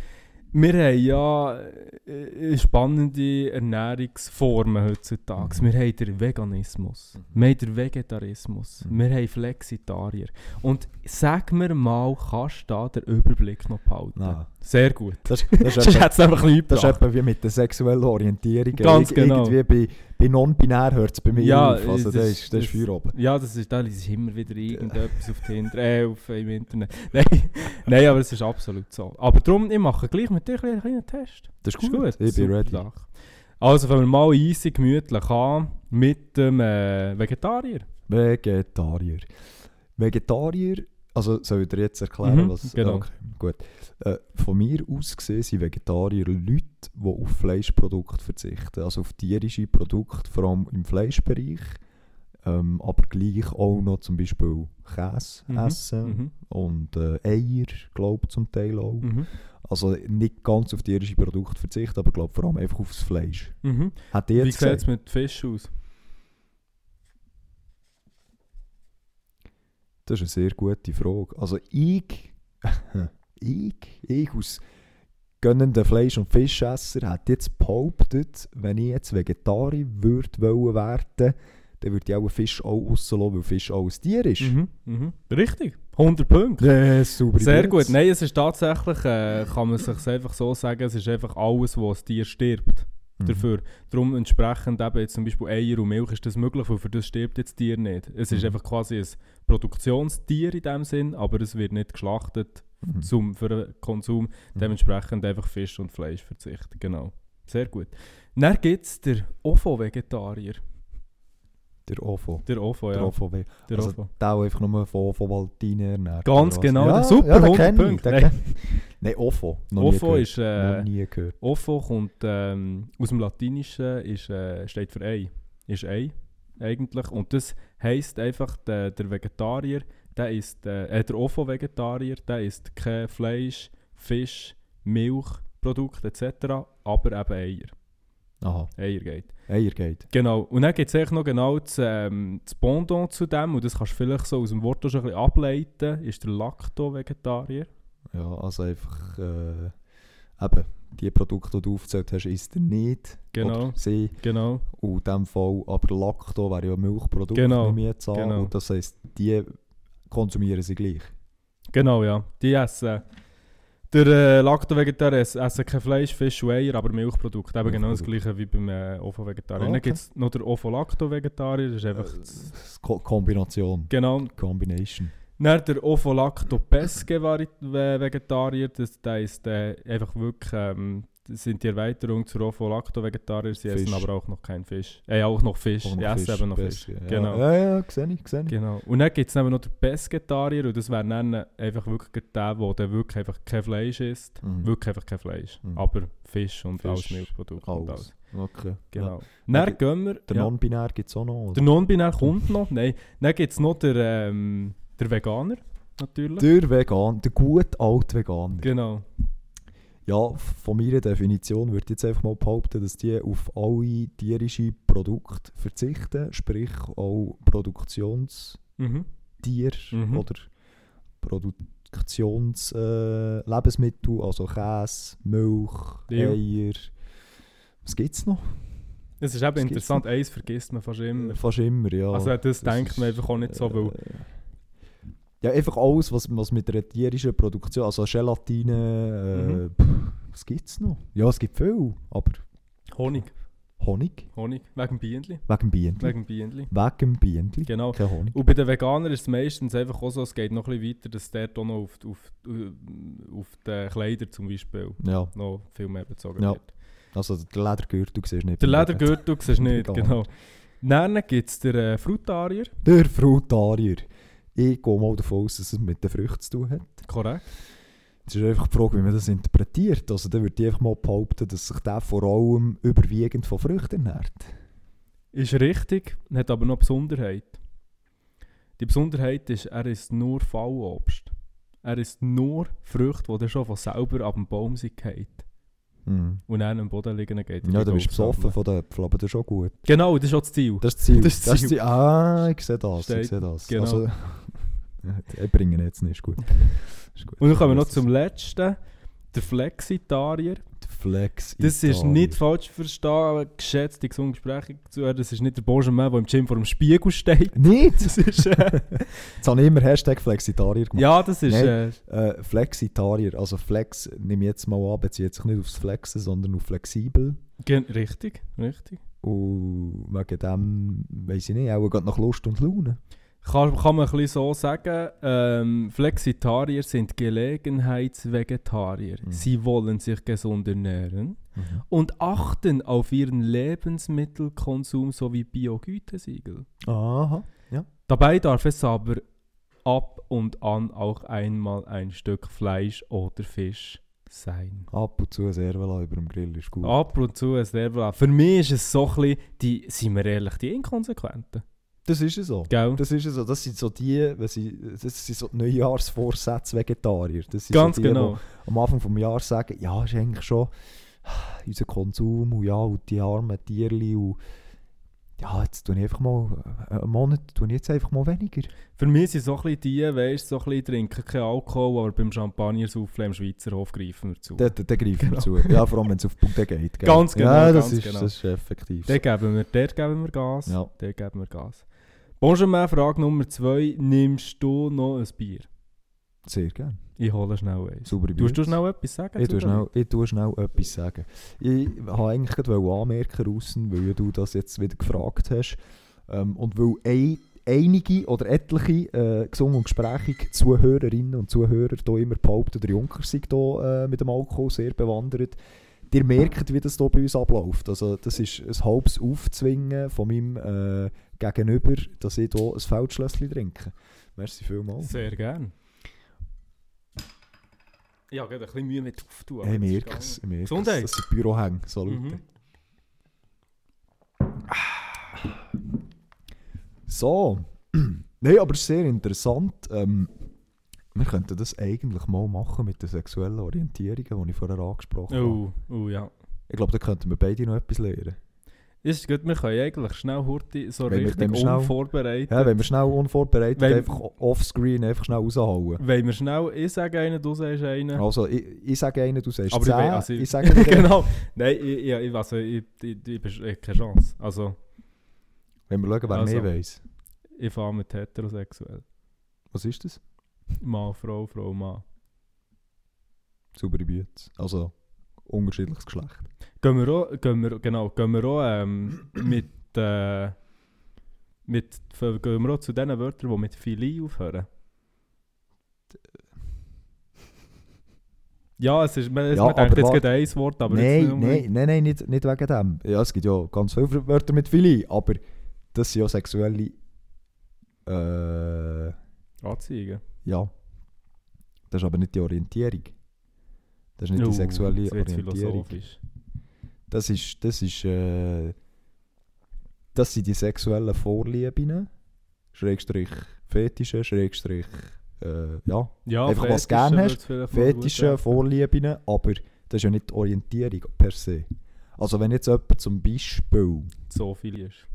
S1: Wir haben ja äh, spannende Ernährungsformen heutzutage.
S2: Mhm.
S1: Wir haben den Veganismus, wir haben den Vegetarismus,
S2: Mhm.
S1: wir haben Flexitarier. Und sag mir mal, kannst du da den Überblick noch behalten?
S2: Nein.
S1: Sehr gut.
S2: Das, das ist
S1: Das
S2: etwa,
S1: hat es einfach nicht
S2: das ist
S1: gebracht.
S2: etwa wie mit der sexuellen Orientierung.
S1: Ganz
S2: Ir-
S1: genau.
S2: Irgendwie bei, bei non-binär hört es bei mir
S1: Ja, äh,
S2: auf. Also,
S1: das-
S2: das, ist, das ist
S1: das-
S2: Feuer oben.
S1: Ja, das ist, da ist immer wieder irgendetwas auf Tinder, äh, auf, im Internet. Nein, Nein, aber es ist absolut so. Aber darum, ich mache gleich mit dir einen kleinen Test.
S2: Das ist
S1: Ist
S2: gut. Ich bin
S1: super
S2: ready.
S1: Sache. Also fangen wir mal easy, gemütlich an mit dem äh, Vegetarier.
S2: Vegetarier. Vegetarier, also soll ich dir jetzt erklären,
S1: Mhm,
S2: was.
S1: genau.
S2: Okay, gut. Äh, von mir aus gesehen sind Vegetarier Leute, die auf Fleischprodukte verzichten. Also auf tierische Produkte, vor allem im Fleischbereich. Ähm, aber gleich auch noch zum Beispiel Käse
S1: Mhm,
S2: essen
S1: Mhm.
S2: und äh, Eier, glaube ich, zum Teil auch.
S1: Mhm.
S2: Also nicht ganz auf tierische Produkte verzichten, aber glaube vor allem einfach aufs Fleisch.
S1: Mhm.
S2: Hat ihr
S1: Wie
S2: jetzt
S1: sieht es
S2: gesagt?
S1: mit Fisch aus?
S2: Das ist eine sehr gute Frage. Also ich, ich, ich aus gönnenden Fleisch- und Fischesser hätte jetzt behauptet, wenn ich jetzt Vegetarier würde wollen werden, dann würde ich auch einen Fisch auch rauslassen, weil Fisch auch ein Tier ist.
S1: Mhm. Mhm. Richtig, 100 Punkte.
S2: Ja, super.
S1: Sehr gut. Nein, es ist tatsächlich, äh, kann man sich einfach so sagen, es ist einfach alles, was das Tier stirbt.
S2: Mhm.
S1: Dafür. Darum entsprechend eben jetzt zum Beispiel Eier und Milch ist das möglich, weil für das stirbt jetzt das Tier nicht. Es ist
S2: Mhm.
S1: einfach quasi ein Produktionstier in dem Sinn, aber es wird nicht geschlachtet
S2: Mhm.
S1: zum, für den Konsum. Dementsprechend einfach Fisch und Fleisch verzichten. Genau. Sehr gut. Dann gibt es den OFO-Vegetarier.
S2: Der OFO.
S1: Der OFO,
S2: Der
S1: ja.
S2: OFO. Der
S1: Der
S2: also-
S1: OFO.
S2: Der einfach nur von, von Valtine ernährt.
S1: Ganz
S2: oder was?
S1: genau,
S2: Ja,
S1: der super
S2: ja, den
S1: 100
S2: kenn ich,
S1: Punkte.
S2: den
S1: Nein.
S2: kenn ich. Nein, Offo. Noch nie
S1: Offo
S2: gehört.
S1: ist. Äh,
S2: Noch nie gehört.
S1: Offo kommt ähm, aus dem Latinischen, ist, äh, steht für Ei. Ist Ei, eigentlich. Und das heisst einfach, der, der Vegetarier, der ist, äh, der Offo-Vegetarier, der isst kein Fleisch, Fisch, Milch, Produkte etc., aber eben Eier.
S2: Aha.
S1: Eier geht.
S2: Eier geht.
S1: Genau, und dann gibt es eigentlich noch genau das, ähm, das Pendant zu dem, und das kannst du vielleicht so aus dem Wort auch schon ein bisschen ableiten, ist der Lacto-Vegetarier.
S2: Ja, also einfach. Äh, eben, die Produkte, die du aufgezählt hast, isst er nicht.
S1: Genau,
S2: Oder sie.
S1: genau,
S2: Und in dem Fall, aber Lacto wäre ja ein Milchprodukt,
S1: Genau,
S2: nehme ich jetzt an.
S1: genau.
S2: Und das heisst, die konsumieren sie gleich.
S1: genau, ja. Die essen, der äh, Lacto-Vegetarier ess- essen kein Fleisch, Fisch und Eier, aber Milchprodukte, eben genau das
S2: Milchprodukte.
S1: gleiche wie beim äh, Ovo-Vegetarier.
S2: Ah,
S1: Dann
S2: okay.
S1: gibt es noch den Ovo-Lacto-Vegetarier, das ist einfach,
S2: Äh,
S1: das,
S2: S- Ko Kombination.
S1: genau,
S2: Combination.
S1: Dann der Ovo-Lacto-Pesce-Vegetarier, das der ist äh, einfach wirklich, ähm, das sind die Erweiterung zur Ovo-Lacto-Vegetarier, sie essen
S2: Fisch.
S1: aber auch noch keinen Fisch. Äh, auch noch Fisch,
S2: Auch
S1: die essen eben noch
S2: Pesce,
S1: Fisch.
S2: Ja.
S1: Genau.
S2: Ja, ja, sehe ich, sehe ich.
S1: Genau. Und dann gibt es noch den Pescetarier und das wäre dann einfach wirklich der, der dann wirklich einfach kein Fleisch isst.
S2: Mhm.
S1: Wirklich einfach kein Fleisch,
S2: Mhm.
S1: aber Fisch und
S2: Fisch,
S1: alles Milchprodukte und
S2: Alles.
S1: alles.
S2: Okay.
S1: Genau.
S2: Ja.
S1: Dann gehen wir...
S2: Der
S1: ja.
S2: Non-Binär gibt es auch noch.
S1: der
S2: Oder?
S1: Non-Binär kommt noch, nein. Dann gibt es noch den, ähm, der Veganer, natürlich.
S2: Der Vegan, der gut alte Veganer.
S1: genau.
S2: Ja, von meiner Definition würde ich jetzt einfach mal behaupten, dass die auf alle tierischen Produkte verzichten, sprich auch Produktionstier
S1: Mhm. Mhm.
S2: oder Produktions äh, Lebensmittel, also Käse, Milch,
S1: Ja.
S2: Eier. Was gibt es noch?
S1: Es ist eben
S2: gibt's
S1: interessant, eins vergisst man fast immer.
S2: Fast immer, ja.
S1: also das,
S2: das
S1: denkt man
S2: ist,
S1: einfach auch nicht so, weil...
S2: Äh, ja, einfach alles, was, was mit der tierischen Produktion, also
S1: Mhm.
S2: Gelatine, äh, pff, was gibt es noch? Ja, es gibt viel, aber
S1: Honig.
S2: Honig?
S1: Honig. Wegen dem Bienenli.
S2: Wegen Bienen.
S1: Wegen dem Bienenli.
S2: Wegen dem Bienen.
S1: Genau.
S2: Kein Honig.
S1: Und bei den Veganern ist es meistens einfach auch so, es geht noch ein bisschen weiter, dass dort auch noch auf, auf, äh, auf den Kleider zum Beispiel
S2: Ja,
S1: noch viel mehr bezogen
S2: Ja.
S1: wird.
S2: also der Ledergürtel siehst du nicht.
S1: Der Ledergürtel siehst du nicht,
S2: Vegan.
S1: genau. Dann gibt es den äh, Frutarier.
S2: Der Frutarier. Ich gehe mal davon aus, dass es mit den Früchten zu tun hat.
S1: Korrekt.
S2: Es ist einfach die Frage, wie man das interpretiert. Also dann würde ich einfach mal behaupten, dass sich der vor allem überwiegend von Früchten ernährt.
S1: Ist richtig, hat aber noch eine Besonderheit. Die Besonderheit ist, er ist nur Fallobst. Er ist nur Früchte, die dann schon von selber ab dem Baum sind gefallen.
S2: Mhm.
S1: und dann am Boden liegen geht.
S2: Ja, du bist besoffen von den Äpfeln, aber das ist schon gut.
S1: Genau, das ist auch das Ziel.
S2: Das ist das Ziel.
S1: Das ist das Ziel.
S2: Ah, ich sehe das.
S1: Steht,
S2: ich sehe das.
S1: genau.
S2: Also, ich bringe ihn jetzt nicht, ist gut. Ist gut.
S1: Und dann kommen wir noch zum letzten, der Flexitarier.
S2: Flex.
S1: Das ist
S2: Italien.
S1: nicht falsch verstanden, geschätzte gesunde Gespräche zu hören. Das ist nicht der Benjamin, der im Gym vor dem Spiegel steht.
S2: Nicht?
S1: Das ist, äh,
S2: Jetzt habe ich immer Hashtag Flexitarier gemacht.
S1: ja, das ist...
S2: Nein.
S1: Äh,
S2: Äh, Flexitarier, also Flex, nehme ich jetzt mal an, bezieht sich nicht aufs Flexen, sondern auf flexibel.
S1: gen- richtig, richtig.
S2: Und wegen dem, weiß ich nicht, auch geht nach Lust und Laune.
S1: Kann, kann man ein bisschen so sagen, ähm, Flexitarier sind Gelegenheitsvegetarier.
S2: Mhm.
S1: Sie wollen sich gesund ernähren. und achten auf ihren Lebensmittelkonsum sowie Biogütesiegel.
S2: Aha.
S1: Dabei darf es aber ab und an auch einmal ein Stück Fleisch oder Fisch sein.
S2: Ab und zu ein Servela über dem Grill ist gut.
S1: Ab und zu ein Servera. Für mich ist es so ein bisschen, die, sind wir ehrlich, die Inkonsequenten.
S2: Das ist es so.
S1: Gell?
S2: Das ist es so. Das sind so die, wenn sie, das sind so die Neujahrsvorsätze Vegetarier. Das sind
S1: Ganz
S2: so die,
S1: genau.
S2: Die am Anfang des Jahres sagen, ja, ist eigentlich schon unser Konsum und ja, und die armen Tierli und ja, jetzt tue ich einfach mal, äh, einen Monat tue ich jetzt einfach mal weniger.
S1: Für mich sind so ein bisschen die, weißt du, so ein bisschen trinken keinen Alkohol, aber beim Champagner saufen im Schweizerhof greifen wir zu.
S2: Dann da, greifen
S1: Genau.
S2: wir zu. Ja, vor allem, wenn es auf die Punkte geht. gell?
S1: Ganz genau,
S2: Ja, das,
S1: ganz
S2: ist,
S1: genau.
S2: das ist effektiv.
S1: Dort geben wir, dort geben wir Gas.
S2: Ja.
S1: Dort geben wir Gas. Benjamin, Frage Nummer 2. Nimmst du noch ein Bier?
S2: Sehr gerne.
S1: Ich hole schnell eins.
S2: Saubere
S1: Tust du
S2: Bütze.
S1: schnell etwas sagen?
S2: Ich
S1: zu
S2: tue,
S1: dem?
S2: schnell, ich tue schnell etwas sagen. Ich wollte eigentlich gerade anmerken, Russen, weil ja du das jetzt wieder gefragt hast. Ähm, und weil ei- einige oder etliche äh, gesungen und gesprächige Zuhörerinnen und Zuhörer hier immer behaupten, der Junker sei hier äh, mit dem Alkohol sehr bewandert. Ihr merkt, wie das hier bei uns abläuft. Also, das ist ein halbes Aufzwingen von meinem äh, Gegenüber, dass ich hier ein Feldschlösschen trinke. Merci vielmals.
S1: Sehr gern. Ich habe gerade ein bisschen Mühe mit aufzutun. aber
S2: Hey,
S1: das ist
S2: merke
S1: gegangen.
S2: es. Ich merke es.
S1: Gesundheit.
S2: Das sind Bürohänge. Salute.
S1: Mhm.
S2: So. Nein, aber es ist sehr interessant. Ähm, wir könnten das eigentlich mal machen mit den sexuellen Orientierungen, die ich vorher angesprochen habe.
S1: Oh, oh ja.
S2: Ich glaube, da könnten wir beide noch etwas lernen.
S1: Ist gut, wir können eigentlich schnell Hurti so
S2: Wenn wir
S1: richtig
S2: dem schnell-
S1: unvorbereitet.
S2: Ja, wenn wir schnell unvorbereitet
S1: Wenn-
S2: einfach offscreen einfach schnell raushauen.
S1: Wenn wir schnell, ich sage einen, du sagst einen.
S2: Also, ich, ich sage einen, du sagst
S1: Aber ich
S2: 10,
S1: weiß- also
S2: ich,
S1: ich-
S2: sage dir,
S1: genau. Nein, ich, ich, ich, also, ich, ich, ich, ich, ich keine Chance. Also,
S2: wenn wir schauen, wer
S1: Also.
S2: mehr weiss.
S1: ich fahre mit heterosexuell.
S2: Was ist das?
S1: Mann, Frau, Frau, Mann.
S2: Saubere Bütze. Also, unterschiedliches Geschlecht.
S1: Gehen wir auch, gehen wir, genau, gehen wir auch ähm, mit, äh, mit, gehen wir auch zu den Wörtern, die mit Philie aufhören. Ja, es ist, man, es,
S2: Ja,
S1: man denkt
S2: aber
S1: jetzt
S2: wa-
S1: gerade ein Wort, aber jetzt
S2: nein,
S1: nicht unbedingt.
S2: nein, nein, nein, nicht, nicht wegen dem. Ja, es gibt ja ganz viele Wörter mit Fili, aber das sind ja sexuelle. Äh,
S1: Anzeigen.
S2: ja. Das ist aber nicht die Orientierung. Das ist nicht
S1: Oh,
S2: die sexuelle
S1: jetzt wird's
S2: Orientierung.
S1: philosophisch.
S2: Das ist, das ist, äh, das sind die sexuellen Vorlieben, Schrägstrich Fetische, Schrägstrich, äh, ja,
S1: Ja,
S2: Einfach, was du
S1: Fetische
S2: gern hast,
S1: wird's vielleicht voll gut
S2: Fetische,
S1: sein.
S2: Vorlieben, aber das ist ja nicht die Orientierung per se. Also wenn jetzt jemand zum Beispiel...
S1: So viel ist.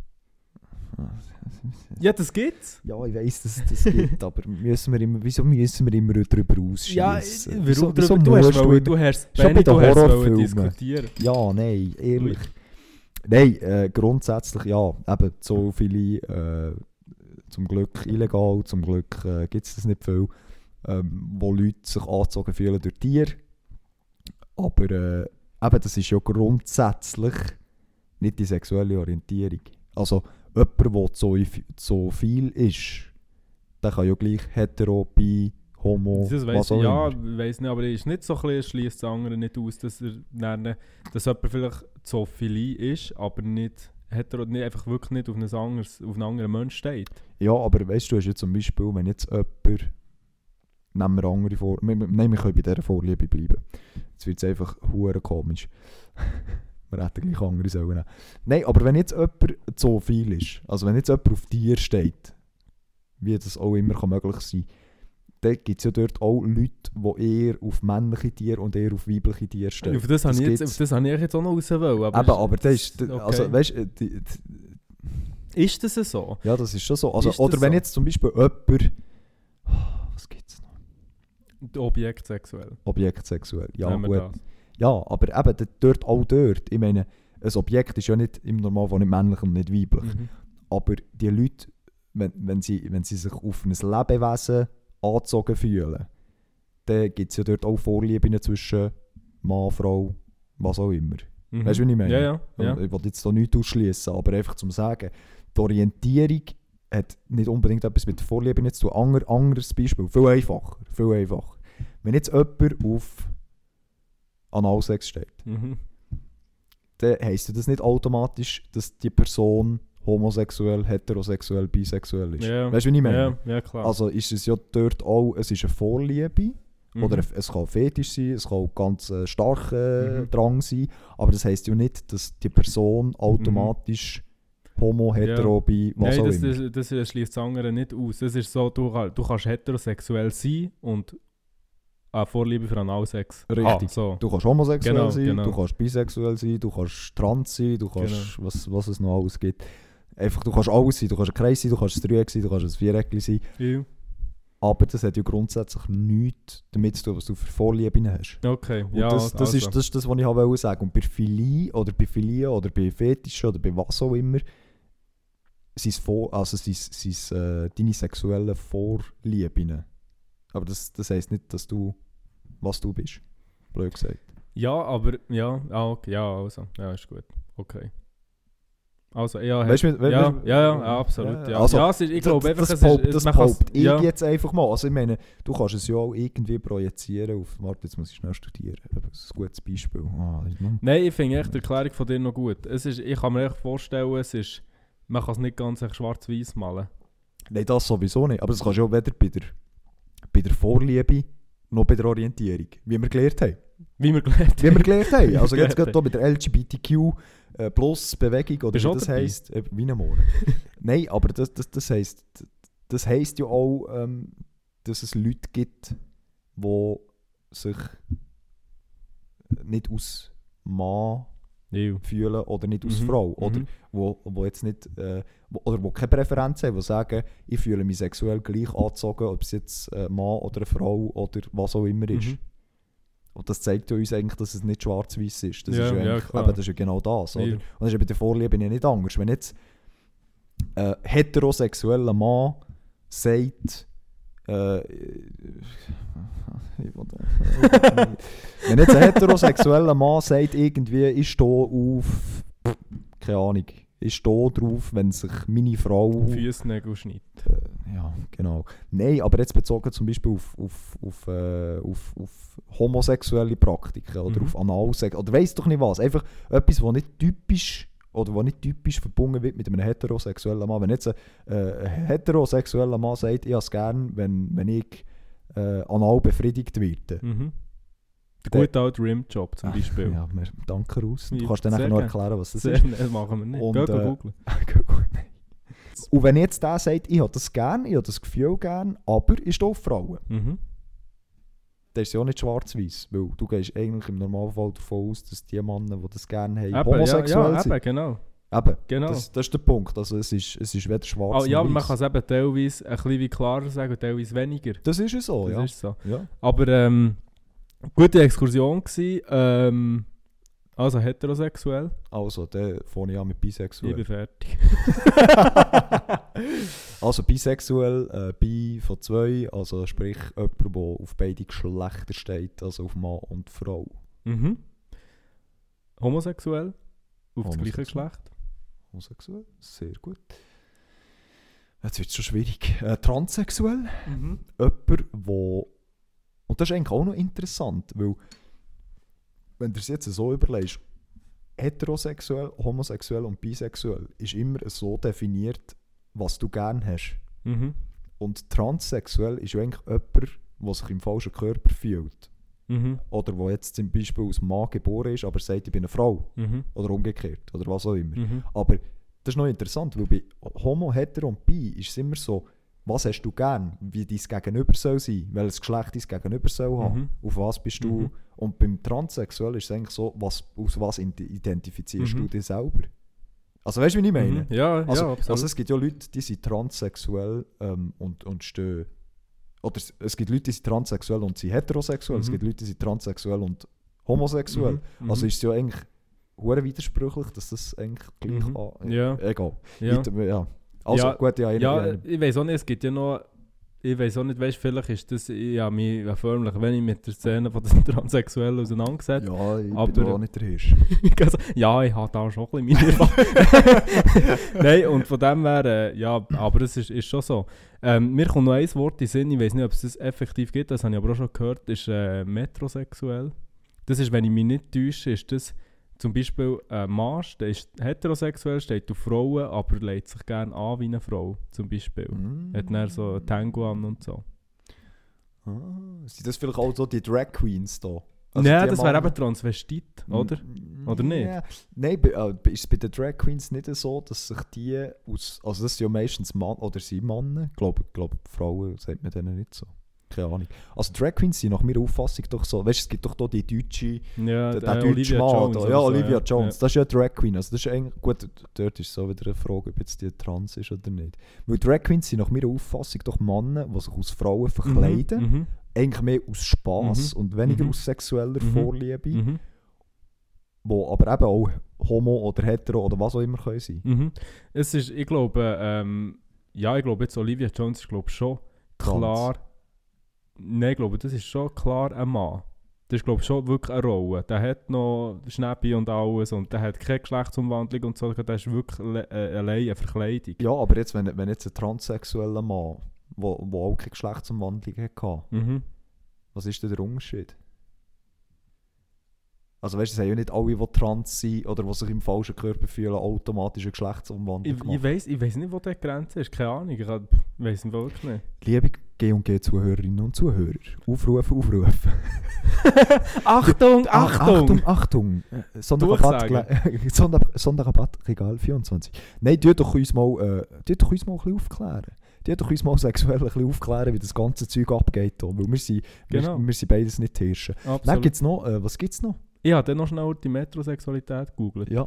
S1: Ja, das gibt's.
S2: Ja, ich weiss, dass es das gibt, aber müssen wir immer, wieso müssen wir immer darüber ausschießen?
S1: warum drüber? Du hast, wollen, du hast,
S2: Schon
S1: Benni,
S2: bei den
S1: du hast wollen
S2: Horrorfilmen.
S1: diskutieren.
S2: Ja, nein, ehrlich. Nein, äh, grundsätzlich ja. Eben, so viele, äh, zum Glück illegal, zum Glück äh, gibt es das nicht viel, ähm, wo Leute sich angezogen fühlen durch Tiere. Aber äh, eben, das ist ja grundsätzlich nicht die sexuelle Orientierung. Also, jemand, der so, so viel ist, der kann ja gleich hetero, bi, homo,
S1: Das weiss
S2: Oh, was
S1: ich, ja,
S2: auch immer.
S1: weiss nicht, aber er ist nicht so klein, schließt das andere nicht aus, dass er dann, dass jemand vielleicht Zoophilie ist, aber nicht, hat er nicht, einfach wirklich nicht auf, ein anderes, auf einen anderen Menschen steht.
S2: Ja, aber weißt du, hast jetzt zum Beispiel, wenn jetzt jemand. Nehmen wir andere vor. wir- wir- Nein, wir können bei dieser Vorliebe bleiben. Jetzt wird es einfach hure komisch. wir hätten gleich andere sollen. nehmen. Nein, aber wenn jetzt jemand so viel ist, also wenn jetzt jemand auf Tier steht, wie das auch immer kann möglich sein dann gibt es ja dort auch Leute, die eher auf männliche Tiere und eher auf weibliche Tiere stehen.
S1: Auf das, habe
S2: Das
S1: ich jetzt,
S2: gibt's.
S1: auf das habe ich jetzt auch noch raus wollen, aber,
S2: Aber,
S1: ist,
S2: aber das ist.
S1: okay.
S2: Also, weißt du, die- die-
S1: ist das so?
S2: Ja, das ist schon so. Also,
S1: Ist das
S2: oder wenn
S1: so?
S2: jetzt zum Beispiel jemand. Oh, Was gibt's noch?
S1: Objekt sexuell.
S2: Objektsexuell. Ja,
S1: nehmen wir
S2: gut. Ja, aber eben d- dort auch dort. Ich meine, ein Objekt ist ja nicht im Normalfall nicht männlich und nicht
S1: das.
S2: weiblich.
S1: Mhm.
S2: Aber die Leute, wenn, wenn, sie, wenn sie sich auf ein Lebewesen angezogen fühlen, dann gibt es ja dort auch Vorlieben zwischen Mann, Frau, was auch immer.
S1: Mhm.
S2: Weißt du, wie ich meine?
S1: Ja, ja. ja.
S2: Ich will jetzt da nichts ausschließen, aber einfach zum Sagen, die Orientierung hat nicht unbedingt etwas mit Vorlieben zu tun. Ander, anderes Beispiel, viel einfacher, viel einfacher. Wenn jetzt jemand auf Analsex steht,
S1: Mhm.
S2: dann heisst ja das nicht automatisch, dass die Person homosexuell, heterosexuell, bisexuell ist.
S1: Ja.
S2: Weißt du, wie ich meine?
S1: Ja, ja, klar.
S2: Also ist es ja dort auch, es ist eine Vorliebe.
S1: Mhm.
S2: Oder es kann fetisch sein, es kann auch ganz äh, starker
S1: Mhm.
S2: Drang sein, aber das heisst ja nicht, dass die Person automatisch homo, hetero, bi, was
S1: Nein,
S2: auch
S1: das,
S2: immer.
S1: das, das, schließt das andere nicht aus. Es ist so, du, kann- du kannst heterosexuell sein und eine Vorliebe für Analsex.
S2: Richtig.
S1: Ah, so.
S2: Du kannst homosexuell
S1: Genau,
S2: sein,
S1: genau.
S2: du kannst bisexuell sein, du kannst trans sein, du kannst was, was es noch alles gibt. Einfach, du kannst alles sein, du kannst ein Kreis sein, du kannst ein Dreieck sein, du kannst ein Viereck sein,
S1: Ja.
S2: aber das hat ja grundsätzlich nichts damit zu tun, was du für Vorlieben hast.
S1: Okay,
S2: Und
S1: ja.
S2: das, das,
S1: also.
S2: ist, das ist das, was ich habe wollen sagen. Und bei Philie oder bei Philie oder bei Fetischen oder bei was auch immer, sind also sein, sein, äh, deine sexuellen Vorlieben. Aber das, das heisst nicht, dass du, was du bist. Blöd gesagt.
S1: Ja, aber ja, ah, okay, ja, also, ja, ist gut. Okay. Also, ja,
S2: Weißt du,
S1: ja,
S2: we-
S1: ja,
S2: we-
S1: ja, ja, absolut. Ja,
S2: Also,
S1: ja es ist, ich glaube einfach,
S2: das, das
S1: es ist,
S2: paupt-
S1: es-
S2: das
S1: man kann's-
S2: paupt ich
S1: ja,
S2: jetzt einfach mal. Also ich meine, du kannst es ja auch irgendwie projizieren auf, warte, jetzt muss ich schnell studieren. Aber Das ist ein gutes Beispiel. Ah, ich-
S1: Nein, ich finde echt die Erklärung von dir noch gut. Es ist, ich kann mir echt vorstellen, es ist, man kann es nicht ganz schwarz weiß malen.
S2: Nein, das sowieso nicht. Aber das kannst du ja weder bei der, bei der Vorliebe noch bei der Orientierung, wie wir gelernt haben.
S1: Wie wir gelernt
S2: Wie wir gelernt haben. Also
S1: Wie wir gelernt
S2: jetzt gerade hier bei der LGBTQ äh, plus Bewegung oder
S1: Bist
S2: wie
S1: du
S2: das
S1: dabei?
S2: heisst. Äh, wie ein Mohren. Nein, aber das, das, das heisst das heisst ja auch, ähm, dass es Leute gibt, die sich nicht aus Mann
S1: Ew.
S2: fühlen oder nicht aus
S1: Mhm,
S2: Frau. Oder
S1: mhm.
S2: wo, wo jetzt nicht, äh, wo, oder wo keine Präferenz haben, die sagen, ich fühle mich sexuell gleich angezogen, ob es jetzt ein Mann oder eine Frau oder was auch immer ist.
S1: Mhm.
S2: Und das zeigt ja uns eigentlich, dass es nicht schwarz-weiß ist. Das
S1: Ja,
S2: ist ja,
S1: ja,
S2: eigentlich-
S1: klar.
S2: eben, das ist ja genau das. Oder?
S1: Ja.
S2: Und das ist ja bei der Vorliebe ja nicht anders. Wenn jetzt ein heterosexueller Mann sagt, äh, ich will- wenn jetzt ein heterosexueller Mann sagt, irgendwie, ich stehe auf, keine Ahnung, ich stehe drauf, wenn sich meine Frau.
S1: Füßnägel schneiden.
S2: Äh, ja, genau. Nein, aber jetzt bezogen zum Beispiel auf, auf, auf, äh, auf, auf homosexuelle Praktiken oder
S1: Mhm.
S2: auf Analsex oder weiß doch nicht was. Einfach etwas, was nicht typisch oder was nicht typisch verbunden wird mit einem heterosexuellen Mann. Wenn jetzt ein, äh, ein heterosexueller Mann sagt, ich habe es gern, wenn, wenn ich äh, anal befriedigt werde.
S1: Mhm. Der
S2: Der-
S1: gute alte Rimjob zum Beispiel.
S2: Ah, Ja, wir danken raus. Du
S1: Ja,
S2: kannst dann
S1: sehr
S2: nachher noch
S1: gerne.
S2: erklären, was das
S1: Sehr-
S2: ist.
S1: Das machen wir nicht.
S2: Und,
S1: Geh, geh
S2: äh,
S1: googeln.
S2: Und wenn jetzt der sagt, ich habe das gern, ich habe das Gefühl gern, aber ich stehe auf Frauen.
S1: Mhm.
S2: das ist ja auch nicht schwarz-weiß, weil du gehst eigentlich im Normalfall davon aus, dass die Männer, die das gerne haben,
S1: Eben,
S2: homosexuell
S1: ja, ja,
S2: sind.
S1: eben, genau.
S2: Eben,
S1: genau.
S2: das, das ist der Punkt. Also es ist, es ist weder schwarz
S1: Ah, ja, aber
S2: noch
S1: man
S2: weiß.
S1: kann es eben teilweise ein bisschen wie klarer sagen und teilweise weniger.
S2: Das ist ja so,
S1: Das
S2: Oh, ja.
S1: ist so.
S2: ja.
S1: Aber ähm, gute Exkursion gsi. Ähm, also heterosexuell.
S2: Also, dann fange ich an mit
S1: Ich bin
S2: bisexuell.
S1: fertig.
S2: also bisexuell, äh, bi von zwei, also sprich jemand, der auf beide Geschlechter steht, also auf Mann und Frau.
S1: Mhm. Homosexuell. Auf das gleiche
S2: Homosexuell.
S1: Geschlecht.
S2: Homosexuell, sehr gut. Jetzt wird es schon schwierig. Äh, transsexuell?
S1: Mhm.
S2: jemand, wo Und das ist eigentlich auch noch interessant, weil, wenn du es jetzt so überlegst, heterosexuell, homosexuell und bisexuell ist immer so definiert, was du gern hast.
S1: Mhm.
S2: Und transsexuell ist ja eigentlich jemand, der sich im falschen Körper fühlt.
S1: Mhm.
S2: Oder wo jetzt zum Beispiel aus Mann geboren ist, aber sagt, ich bin eine Frau.
S1: Mhm.
S2: Oder umgekehrt. Oder was auch immer.
S1: Mhm.
S2: Aber das ist noch interessant, weil bei Homo, Hetero und Bi ist es immer so, was hast du gern, wie dein Gegenüber soll sein, welches Geschlecht dein Gegenüber soll haben,
S1: Mhm.
S2: auf was bist du.
S1: Mhm.
S2: Und beim Transsexuell ist es eigentlich so, was, aus was in- identifizierst
S1: Mhm.
S2: du dich selber. Also weißt du, wie ich meine?
S1: Mhm. Ja,
S2: Also,
S1: ja, absolut.
S2: also es gibt ja Leute, die sind transsexuell ähm, und, und stehen. Oder es, es gibt Leute, die sind transsexuell und sind heterosexuell. Es
S1: Mhm.
S2: gibt Leute, die sind transsexuell und homosexuell.
S1: Mhm.
S2: Also
S1: Mhm.
S2: ist es ja eigentlich hure widersprüchlich, dass das eigentlich gleich
S1: Mhm.
S2: an.
S1: Ja.
S2: Egal.
S1: ja.
S2: Weiter, ja. Also
S1: Ja.
S2: gut, ja, ich
S1: Ja, äh, ich weiß auch nicht, es gibt ja noch. Ich weiß auch nicht, weißt, vielleicht ist das. Ich habe mich ja förmlich wenig mit der Szene von den Transsexuellen auseinandergesetzt.
S2: ja,
S1: äh,
S2: ich
S1: aber-
S2: bin da auch nicht der Hirsch.
S1: Also, ja, ich habe da schon ein bisschen meine Erfahrung. Nein, und von dem her, äh, ja, aber es ist, ist schon so. Ähm, mir kommt noch ein Wort in den Sinn, ich weiß nicht, ob es das effektiv gibt, das habe ich aber auch schon gehört, ist äh, metrosexuell. Das ist, wenn ich mich nicht täusche, ist das zum Beispiel ein Mann, der ist heterosexuell, steht auf Frauen, aber legt sich gerne an wie eine Frau, zum Beispiel.
S2: Mm.
S1: Hat dann so ein Tango an und so.
S2: Ah, sind das vielleicht auch so die Drag Queens da? Also
S1: Nein,
S2: die
S1: das wäre
S2: Männer-
S1: eben Transvestit, oder?
S2: Mm,
S1: Oder nicht?
S2: ja. Nein, bei- äh, ist es bei den Drag Queens nicht so, dass sich die aus. Also, das sind ja meistens Mann oder sind Männer. Ich glaube, ich glaube, Frauen sagt man denen nicht so. Keine Ahnung. Also, Drag Queens sind nach meiner Auffassung doch so. Weißt du, es gibt doch da die deutsche.
S1: Ja,
S2: Der,
S1: äh,
S2: der deutsche Mann. da.
S1: oder
S2: Ja,
S1: so,
S2: Olivia
S1: ja.
S2: Jones. Das ist ja Drag Queen. Also, das ist eigentlich, gut, dort ist so wieder eine Frage, ob jetzt die trans ist oder nicht. Weil Drag Queens sind nach meiner Auffassung doch Männer, die sich aus Frauen
S1: Mhm,
S2: verkleiden.
S1: mhm,
S2: Eigentlich mehr aus Spass
S1: Mhm.
S2: und weniger
S1: Mhm.
S2: aus sexueller
S1: Mhm.
S2: Vorliebe.
S1: mhm.
S2: wo aber eben auch Homo oder Hetero oder was auch immer können sein.
S1: Mhm. Es ist, ich glaube, ähm, ja, ich glaube jetzt Olivia Jones ist glaube ich, schon
S2: Trans.
S1: klar. Nein, ich glaube, das ist schon klar ein Mann. Das ist glaube ich schon wirklich eine Rolle. Der hat noch Schnäppi und alles und der hat keine Geschlechtsumwandlung und so. Der ist wirklich le- äh, allein eine Verkleidung.
S2: Ja, aber jetzt, wenn, wenn jetzt ein transsexueller Mann, wo, wo auch keine Geschlechtsumwandlung hatte,
S1: Mhm.
S2: was ist denn der Unterschied? Also weißt du, es haben ja nicht alle, die trans sind oder die sich im falschen Körper fühlen, automatisch eine Geschlechtsumwandlung
S1: Ich,
S2: gemacht.
S1: ich weiß ich weiss nicht, wo die Grenze ist. Keine Ahnung. Ich weiß es wirklich nicht.
S2: Liebe G und G Zuhörerinnen und Zuhörer, aufrufen, aufrufen.
S1: Achtung,
S2: Ah,
S1: Achtung!
S2: Achtung, Achtung. Äh, Sonderrabatt, Gle- Sonder, Sonderrabatt Regal 24. Nein, tut doch uns mal, äh, tut doch uns mal ein bisschen aufklären. Tut doch uns mal sexuell ein bisschen aufklären, wie das ganze Zeug abgeht. Hier. Weil wir sind,
S1: Genau.
S2: wir, wir sind beides nicht die Hirsche. Dann
S1: Absolut.
S2: gibt's noch, äh, was gibt's noch?
S1: Ich habe dann noch schnell die Metrosexualität gegoogelt.
S2: Ja,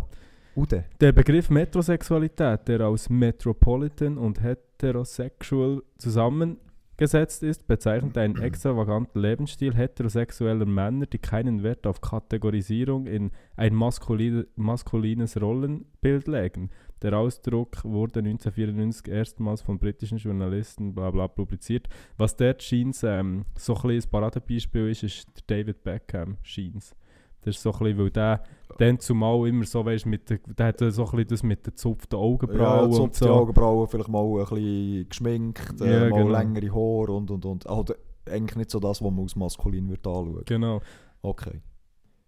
S2: Ude.
S1: Der Begriff Metrosexualität, der aus Metropolitan und Heterosexual zusammengesetzt ist, bezeichnet einen extravaganten Lebensstil heterosexueller Männer, die keinen Wert auf Kategorisierung in ein maskuline, maskulines Rollenbild legen. Der Ausdruck wurde 1994 erstmals von britischen Journalisten bla bla publiziert. Was dort scheint, ähm, so ein bisschen ein Paradebeispiel ist, ist der David Beckham scheint. Das ist so ein bisschen, weil der dann zumal immer so, weißt, mit der, der hat so ein bisschen das mit den zupften Augenbrauen
S2: ja,
S1: und
S2: die
S1: so.
S2: Augenbrauen, vielleicht mal ein bisschen geschminkt, äh,
S1: Ja,
S2: mal
S1: genau.
S2: längere Haare und und und. Also, eigentlich nicht so das, was man als maskulin würde anschauen.
S1: Genau.
S2: Okay.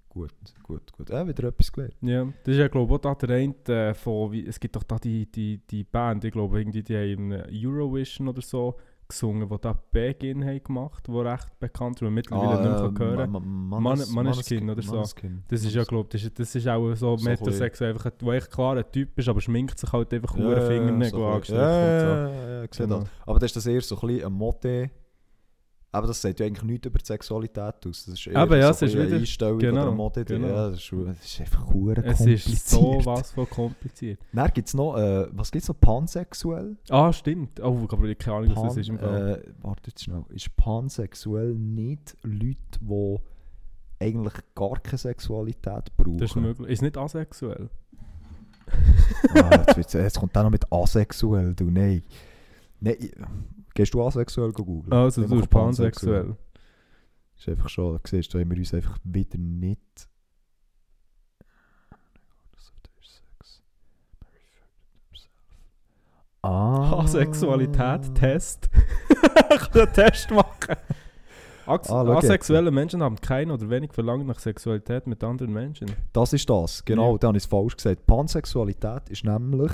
S2: Gut, gut, gut. Äh, wieder etwas gelernt.
S1: Ja, das ist ja, glaube ich, auch da der eine äh, von, wie, es gibt doch da die, die, die Band, ich glaube, irgendwie, die haben im Eurovision oder so gesungen, wo da Begin haben gemacht, wo recht bekannt ist, wo man
S2: Ah,
S1: mittlerweile nicht mehr kann hören
S2: Ähm, Ma- ma-
S1: Mannes-
S2: Mannes-
S1: Manneskin oder so.
S2: Manneskin.
S1: Das ist ja, glaube ich, das ist- das ist auch so
S2: So
S1: metrosexuell, einfach, ein- wo echt klar ein Typ ist, aber schminkt sich halt einfach
S2: Ja,
S1: ja,
S2: ja,
S1: Finger nicht
S2: so ein bisschen.
S1: angestrichen
S2: Ja,
S1: und so.
S2: ja, ja, ja, ich sehe
S1: Genau.
S2: das. Aber das ist das eher so ein bisschen ein Motte. Aber das sagt ja eigentlich nichts über die Sexualität aus. Das ist eher
S1: Aber ja,
S2: so
S1: es ist
S2: ein bisschen eine
S1: wieder-
S2: Einstellung
S1: genau,
S2: oder eine Mode. die-
S1: genau.
S2: Ja, das, ist, das ist einfach hure
S1: Es
S2: kompliziert.
S1: ist so was von kompliziert.
S2: Dann gibt es noch, äh, was gibt es noch? Pansexuell?
S1: Ah, stimmt. Oh, aber ich keine Ahnung, was das
S2: Pan,
S1: ist im Fall.
S2: äh, warte jetzt schnell. Ist pansexuell nicht Leute, die eigentlich gar keine Sexualität brauchen?
S1: das ist möglich. Ist nicht asexuell.
S2: ah, jetzt, wird's- jetzt kommt dann noch mit asexuell, du, nein. Nein, ich- gehst du asexuell googeln?
S1: Also,
S2: Ich
S1: du
S2: mach
S1: bist pansexuell.
S2: Ist einfach schon, siehst du, haben wir uns einfach wieder nicht... Ah.
S1: Asexualität-Test. ich kann einen Test machen. Ax
S2: Ah, schau jetzt.
S1: asexuelle Menschen haben kein oder wenig Verlangen nach Sexualität mit anderen Menschen.
S2: Das ist das, genau,
S1: Ja.
S2: da habe ich es falsch gesagt. Pansexualität ist nämlich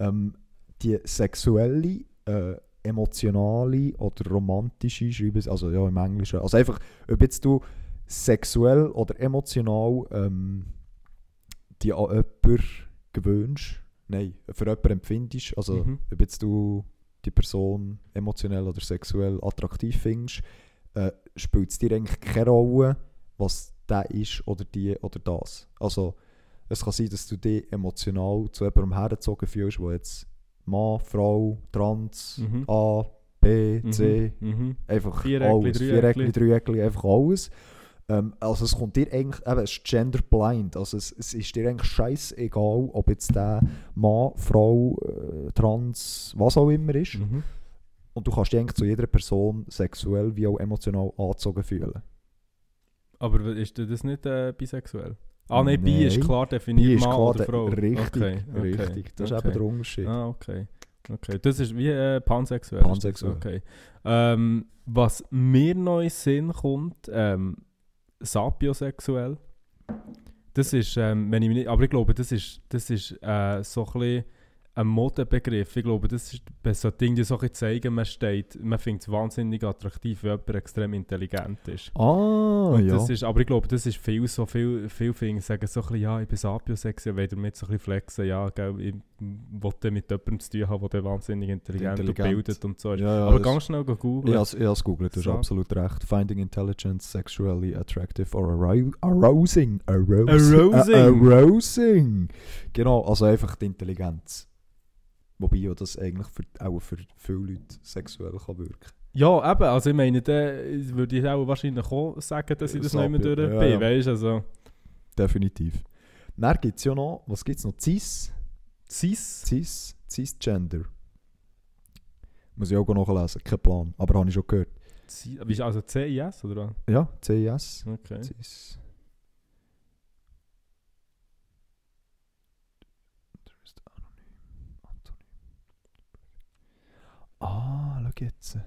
S2: ähm, die sexuelle, äh, emotionale oder romantische, schreibe es, also ja im Englischen, also einfach, ob jetzt du sexuell oder emotional ähm, die an jemanden gewöhnst, nein, für jemanden empfindest, also
S1: Mhm.
S2: ob jetzt du die Person emotionell oder sexuell attraktiv findest, äh, spielt es dir eigentlich keine Rolle, was der ist oder die oder das. Also es kann sein, dass du dich emotional zu jemandem hergezogen fühlst, wo jetzt Mann, Frau, Trans,
S1: Mhm.
S2: A, B, C,
S1: Mhm. Mhm.
S2: einfach
S1: Viereckli,
S2: alles,
S1: Dreieckli.
S2: Viereckli, Dreieckli, einfach alles. Ähm, also es kommt dir eigentlich, eben, es ist genderblind, also es, es ist dir eigentlich scheißegal, ob jetzt der Mann, Frau, äh, Trans, was auch immer ist.
S1: Mhm.
S2: Und du kannst dich eigentlich zu jeder Person sexuell wie auch emotional angezogen fühlen.
S1: Aber ist das nicht äh, bisexuell? Ah, nein,
S2: Nein.
S1: bi ist klar
S2: Hier
S1: definiert,
S2: ist
S1: Mann
S2: klar
S1: oder
S2: der-
S1: Frau.
S2: richtig,
S1: Okay, okay,
S2: richtig. Das ist
S1: okay.
S2: eben der Unterschied.
S1: Ah, okay. Okay, das ist wie äh, pansexuell. ist das?
S2: Pansexuell.
S1: Okay. Ähm, was mir noch in den Sinn kommt, ähm, sapiosexuell. Das ist, ähm, wenn ich mich nicht, aber ich glaube, das ist, das ist äh, so ein bisschen ein Modebegriff. Ich glaube, das ist, man sollte irgendwie so ein bisschen zeigen, man steht, man findet es wahnsinnig attraktiv, wenn jemand extrem intelligent ist.
S2: Ah,
S1: Und
S2: ja.
S1: das ist, aber ich glaube, das ist viel so, viel, viel Finger sagen so ein bisschen, ja, ich bin sapiosexuell, weil damit so ein bisschen flexen, ja, gell, ich wollte mit jemandem zu tun haben, der dann wahnsinnig intelligent,
S2: Intelligent.
S1: und bildet und so ist.
S2: Ja, ja,
S1: aber
S2: das-
S1: ganz schnell googeln.
S2: Ich has- ich has googelt, du hast
S1: So.
S2: absolut recht. Finding intelligence sexually attractive or arou- arousing. Arousing.
S1: Arousing.
S2: Ä- arousing. Genau, also einfach die Intelligenz. Wobei ja das eigentlich für, auch für viele Leute sexuell kann wirken
S1: Ja, eben, also ich meine, dann würde ich auch wahrscheinlich auch sagen, dass ich das
S2: Sapio-
S1: nicht mehr durch
S2: ja,
S1: bin,
S2: ja.
S1: weißt du, also
S2: Definitiv. Dann gibt es ja noch, was gibt es noch? Cis.
S1: cis.
S2: Cis. Cisgender. Muss ich auch nachlesen, kein Plan. Aber habe ich schon gehört.
S1: Cis- wie ist- Also CIS, oder was?
S2: Ja, CIS.
S1: Okay.
S2: Cis. Du bist anonym. Anonym. Ah, schau jetzt.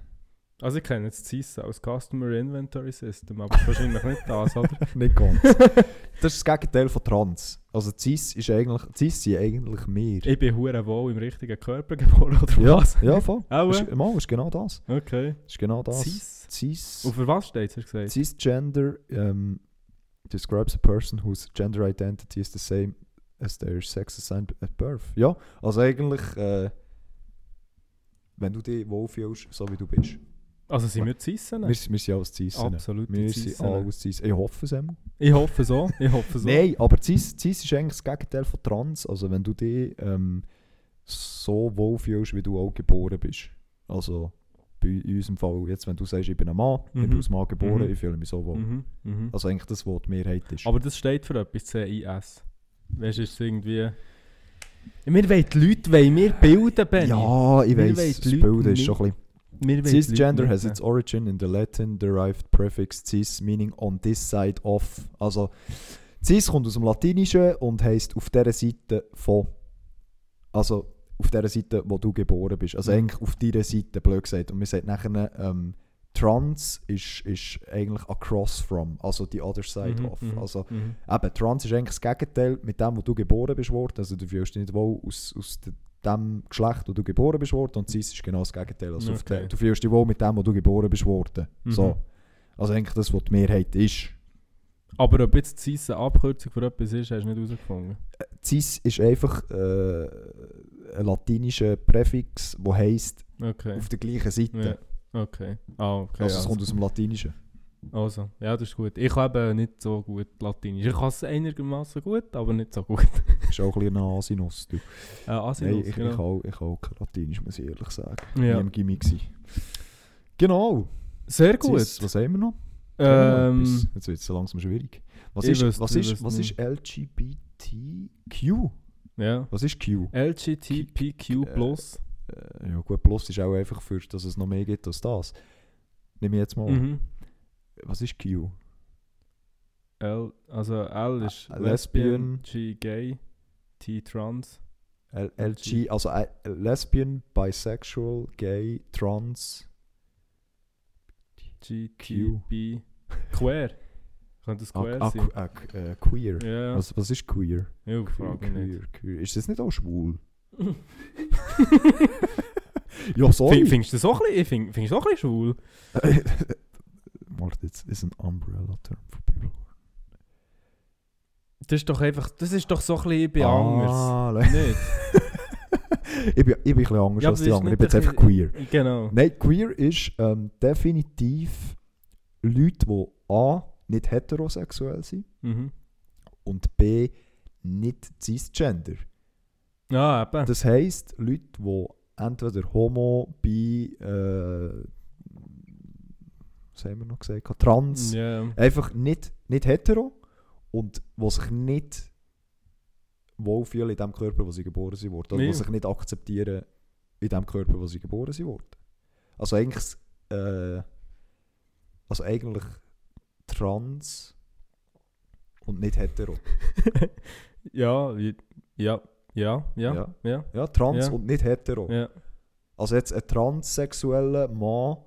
S1: Also ich kenne jetzt CIS als Customer Inventory System, aber wahrscheinlich nicht das, oder?
S2: Nicht ganz. Das ist das Gegenteil von Trans. Also Cis ist eigentlich, Cis sind eigentlich mehr.
S1: Ich bin hure wohl im richtigen Körper geboren, oder
S2: ja,
S1: was?
S2: ja, voll.
S1: Auch,
S2: Ist, mal, ist genau das.
S1: okay.
S2: Ist genau das.
S1: Cis.
S2: Cis.
S1: Und für was steht es, hast du gesagt?
S2: Cisgender um, describes a person whose gender identity is the same as their sex assigned at birth. Ja, also eigentlich, äh, wenn du dich wohlfühlst, so wie du bist.
S1: Also sind wir Zissen?
S2: Wir, wir sind ja alles Cis.
S1: Absolut
S2: Wir sind alles Cis. Ich hoffe es einmal.
S1: Ich hoffe so, ich hoffe so.
S2: Nein, aber Cis, Cis ist eigentlich das Gegenteil von Trans. Also wenn du dich ähm, so wohlfühlst, wie du auch geboren bist. Also bei in unserem Fall, jetzt wenn du sagst, ich bin ein Mann,
S1: Mhm.
S2: ich bin als Mann geboren,
S1: Mhm.
S2: ich fühle mich so wohl.
S1: Mhm, mhm.
S2: Also eigentlich das, was die Mehrheit ist.
S1: Aber das steht für etwas, CIS. Weißt du, ist es irgendwie... Wir wollen die Leute, wollen wir bilden, Benny.
S2: ja, ich
S1: Wir
S2: weiss,
S1: wollen
S2: das
S1: die Leute
S2: Bild ist schon ein
S1: Wir wollen die
S2: bisschen...
S1: Leute
S2: Cisgender
S1: nicht
S2: has
S1: nehmen.
S2: its origin in the Latin-derived prefix cis, meaning on this side of. Also, cis kommt aus dem Latinischen und heisst auf dieser Seite von. Also, auf dieser Seite, wo du geboren bist. Also,
S1: Mhm.
S2: eigentlich auf deiner Seite, blöd gesagt. Und man sagt nachher, ähm, trans ist, ist eigentlich across from, also the other side
S1: Mhm,
S2: of.
S1: mhm,
S2: Also,
S1: mhm.
S2: Eben, Trans ist eigentlich das Gegenteil mit dem, wo du geboren bist worden. Also du fühlst dich nicht wohl aus, aus de- dem Geschlecht, wo du geboren bist worden. Und Cis ist genau das Gegenteil. Also auf
S1: Okay.
S2: de- du fühlst dich wohl mit dem, wo du geboren bist worden.
S1: Mhm.
S2: So. Also eigentlich das, was die Mehrheit ist.
S1: Aber ob jetzt Cis eine Abkürzung für etwas ist, hast du nicht herausgefunden.
S2: Cis ist einfach äh, ein latinischer Präfix, der heisst
S1: Okay.
S2: auf der gleichen Seite.
S1: Ja, okay. Ah, okay.
S2: Also es
S1: also-
S2: kommt aus dem Latinischen.
S1: Also, ja, das ist gut. Ich habe eben nicht so gut Latinisch. Ich kann es einigermaßen gut, aber nicht so gut.
S2: Ist auch ein bisschen ein Asinus. Du.
S1: Äh,
S2: Nein,
S1: Asinus,
S2: ich, ich,
S1: genau.
S2: auch, ich auch kein Latinisch, muss ich ehrlich sagen. Ja.
S1: ja.
S2: Ich Gimmick. gewesen. Genau.
S1: Sehr gut.
S2: Cis, was haben wir noch?
S1: ähm,
S2: Jetzt wird es langsam schwierig. Was
S1: ich
S2: ist,
S1: wüsste-
S2: was
S1: ich
S2: ist,
S1: wüsste
S2: was
S1: nicht.
S2: ist LGBTQ?
S1: ja.
S2: Was ist Q?
S1: LGTBQ+.
S2: Äh, ja gut, plus ist auch einfach für, dass es noch mehr gibt als das. Nehme ich jetzt mal.
S1: Mhm.
S2: Was ist Q?
S1: L, also L ist
S2: Äh,
S1: Lesbian,
S2: Lesbian.
S1: G gay, T trans.
S2: L LG, also äh, Lesbian, Bisexual, Gay, Trans.
S1: G, Q,
S2: Q.
S1: B, Queer. Könnte das
S2: Ah,
S1: Queer
S2: ah,
S1: sein?
S2: que- ah, que- äh, queer.
S1: Ja,
S2: Was, was ist queer?
S1: ja,
S2: Queer,
S1: frag mich nicht.
S2: queer, queer. Ist das nicht auch schwul? ja, sorry.
S1: Fin- Findest du das auch ein bisschen, ich find- findest du das auch ein bisschen schwul?
S2: Warte, jetzt ist ein umbrella term for people.
S1: Das ist doch einfach, das ist doch so ein bisschen, ich bin anders.
S2: Ah, le-
S1: Nicht?
S2: ich bin, ich bin ein bisschen anders
S1: Ja, aber
S2: als
S1: das
S2: die
S1: ist
S2: anderen.
S1: nicht
S2: Ich bin jetzt
S1: ein
S2: einfach queer.
S1: Genau.
S2: Nein, queer ist ähm, definitiv Leute, die A. nicht heterosexuell sind
S1: Mhm.
S2: und B. nicht cisgender.
S1: Ja, Ah, eben.
S2: Das heisst, Leute, die entweder homo, bi, äh, was haben wir noch gesagt, trans,
S1: Ja.
S2: einfach nicht, nicht hetero und die sich nicht wohlfühlen in dem Körper, wo sie geboren sind worden. Oder
S1: Ja.
S2: die sich nicht akzeptieren in dem Körper, wo sie geboren sind worden. Also eigentlich, äh, also eigentlich trans und nicht hetero.
S1: ja, wie- ja, ja, ja,
S2: ja.
S1: ja,
S2: Ja, trans
S1: Ja.
S2: und nicht hetero.
S1: ja.
S2: Also jetzt ein transsexueller Mann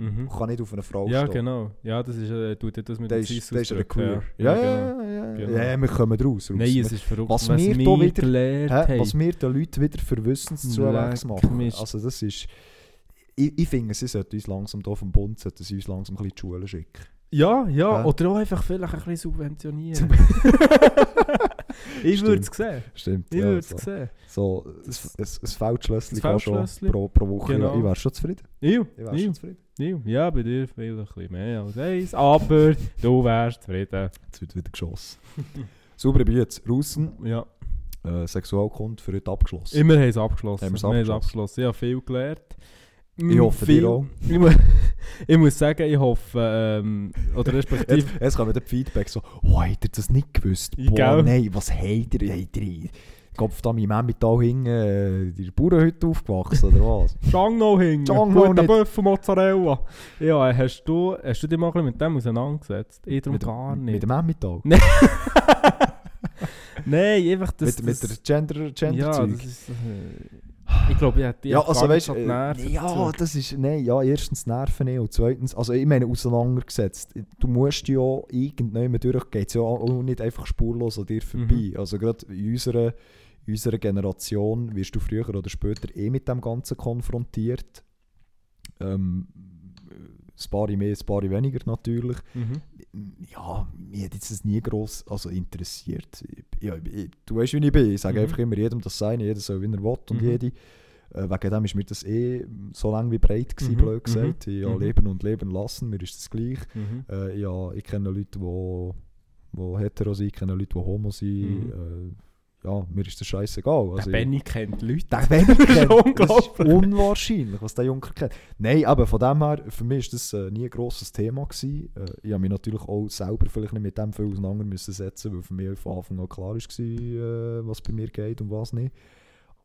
S1: Mhm.
S2: kann nicht auf eine Frau
S1: Ja,
S2: stehen.
S1: genau. Ja, das ist, äh, tut ja das mit
S2: Der
S1: dem
S2: ist,
S1: Cis
S2: der ist ein
S1: ausdrücken,
S2: Queer.
S1: Ja,
S2: Ja,
S1: genau.
S2: ja, ja. ja,
S1: Genau.
S2: ja. wir kommen raus. raus.
S1: Nein,
S2: Wir-
S1: es ist verrückt,
S2: was wir da
S1: wir
S2: wieder-
S1: gelernt
S2: Hä?
S1: haben.
S2: Was wir den Leuten wieder für Wissenszuwachs
S1: Leck
S2: machen.
S1: Mist.
S2: Also das ist... Ich, ich finde, sie sollten uns langsam hier vom Bund sollten sie uns langsam ein bisschen in die Schule schicken.
S1: Ja, ja,
S2: Hä?
S1: oder auch einfach vielleicht ein bisschen subventionieren. ich würde es sehen.
S2: Stimmt.
S1: Ich
S2: ja,
S1: würde es
S2: so.
S1: sehen.
S2: so, es, es, es fällt
S1: Es
S2: Schlössli
S1: fällt
S2: schon
S1: Schlössli.
S2: pro, pro Woche.
S1: Genau.
S2: Ich wäre schon zufrieden.
S1: Iu,
S2: Ich wäre
S1: iu,
S2: schon zufrieden.
S1: iu. Ja, bei dir vielleicht ein bisschen mehr als eins, aber du wärst zufrieden.
S2: Jetzt wird wieder geschossen. Sauber, ich bin jetzt draussen.
S1: Ja.
S2: Äh, Sexualkunde für heute abgeschlossen.
S1: Immer haben sie abgeschlossen.
S2: Haben wir's
S1: Wir haben es
S2: abgeschlossen.
S1: abgeschlossen. Ich habe viel gelernt.
S2: Ich hoffe,
S1: viel,
S2: dir auch.
S1: Ich, mu- ich muss sagen, ich hoffe, ähm, oder respektive,
S2: Jetzt, jetzt kommen die Feedback so, oh, habt ihr das nicht gewusst?
S1: Ja,
S2: Boah,
S1: gell?
S2: nein, was habt ihr? Habt ihr Kopf da mein Mann mit da hinten, äh, die Bauernhütte aufgewachsen oder was?
S1: Chang noch hing.
S2: Chang noch
S1: Guten
S2: nicht.
S1: Böffel Mozzarella. Ja, äh, hast du, hast du dich mal ein bisschen mit dem auseinandergesetzt? Ich darum
S2: mit,
S1: gar
S2: dem-
S1: nicht.
S2: Mit dem Nachmittag?
S1: Nein, Nein, einfach das...
S2: mit, mit
S1: das
S2: der Gender, Gender
S1: ja,
S2: Zeug?
S1: das ist... äh, Ich glaube, ich hätte
S2: Ja, also weißt
S1: du,
S2: ja, das ist, nein, ja, erstens Nerven nicht und zweitens, also ich meine, auseinandergesetzt. Du musst ja irgendjemand durchgehen, es ja auch nicht einfach spurlos an dir
S1: Mhm.
S2: vorbei. Also gerade in unserer, in unserer Generation wirst du früher oder später eh mit dem Ganzen konfrontiert. Ähm, ein paar mehr, ein paar weniger natürlich.
S1: Mhm.
S2: ja, mich hat jetzt das nie gross also interessiert. Ich- Ja, ich, du weißt, wie ich bin. Ich sage
S1: Mhm.
S2: einfach immer jedem das Sein, jeder soll, wie er will und
S1: Mhm.
S2: jede. Äh, wegen dem ist mir das eh so lang wie breit gewesen,
S1: Mhm.
S2: blöd gesagt. Ich habe
S1: Mhm.
S2: leben und leben lassen, mir ist das gleich.
S1: Mhm.
S2: Äh, ja, ich kenne Leute, die die hetero sind, ich kenne Leute, die homo sind.
S1: Mhm.
S2: Äh, ja, mir ist das scheißegal.
S1: Der
S2: Also, ich-
S1: Benny kennt Leute.
S2: der Benny
S1: Das ist
S2: kennt. Das ist
S1: unglaublich.
S2: unwahrscheinlich, was der Junker kennt. Nein, aber von dem her, für mich war das äh, nie ein grosses Thema. Gewesen. Äh, ich habe mich natürlich auch selber vielleicht nicht mit dem viel auseinander müssen setzen, weil für mich von Anfang an klar war, äh, was bei mir geht und was nicht.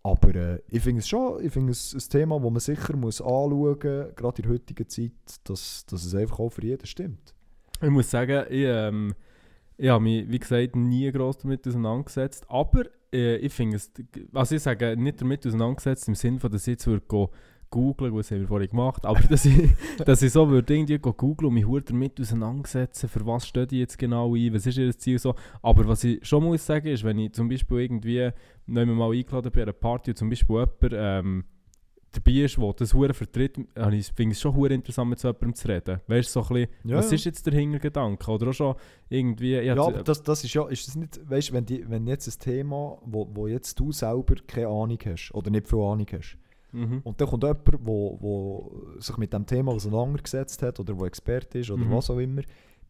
S2: Aber äh, ich finde es schon ich finde es ein Thema, das man sicher muss anschauen muss, gerade in der heutigen Zeit, dass, dass es einfach auch für jeden stimmt.
S1: Ich muss sagen, ich, ähm, ich habe mich, wie gesagt, nie gross damit auseinandergesetzt. Aber äh, ich finde es, also ich sage, nicht damit auseinandergesetzt im Sinne von, dass ich jetzt würde go googlen, was haben wir vorhin gemacht, aber dass ich, dass ich so würde irgendwie go googlen und mich verdammt damit auseinandersetzen, für was stehen die jetzt genau ein, was ist ihr Ziel so. Aber was ich schon muss sagen, ist, wenn ich zum Beispiel irgendwie, nehmen wir mal eingeladen bei einer Party und zum Beispiel jemand ähm, dabei ist, der das hure vertritt, habe ich- finde ich es schon hure interessant, mit so jemandem zu reden. Weißt du, so ein bisschen,
S2: Ja,
S1: was
S2: ja.
S1: ist jetzt der Hintergedanke? Oder auch schon irgendwie. äh, Ich
S2: Ja,
S1: hatte-
S2: aber das, das ist ja, ist das nicht, weißt, wenn, die, wenn jetzt ein Thema, wo, wo jetzt du selber keine Ahnung hast oder nicht viel Ahnung hast,
S1: mhm.
S2: Und dann kommt jemand, der wo, wo sich mit dem Thema auseinandergesetzt hat oder der Experte ist oder
S1: Mhm.
S2: was auch immer,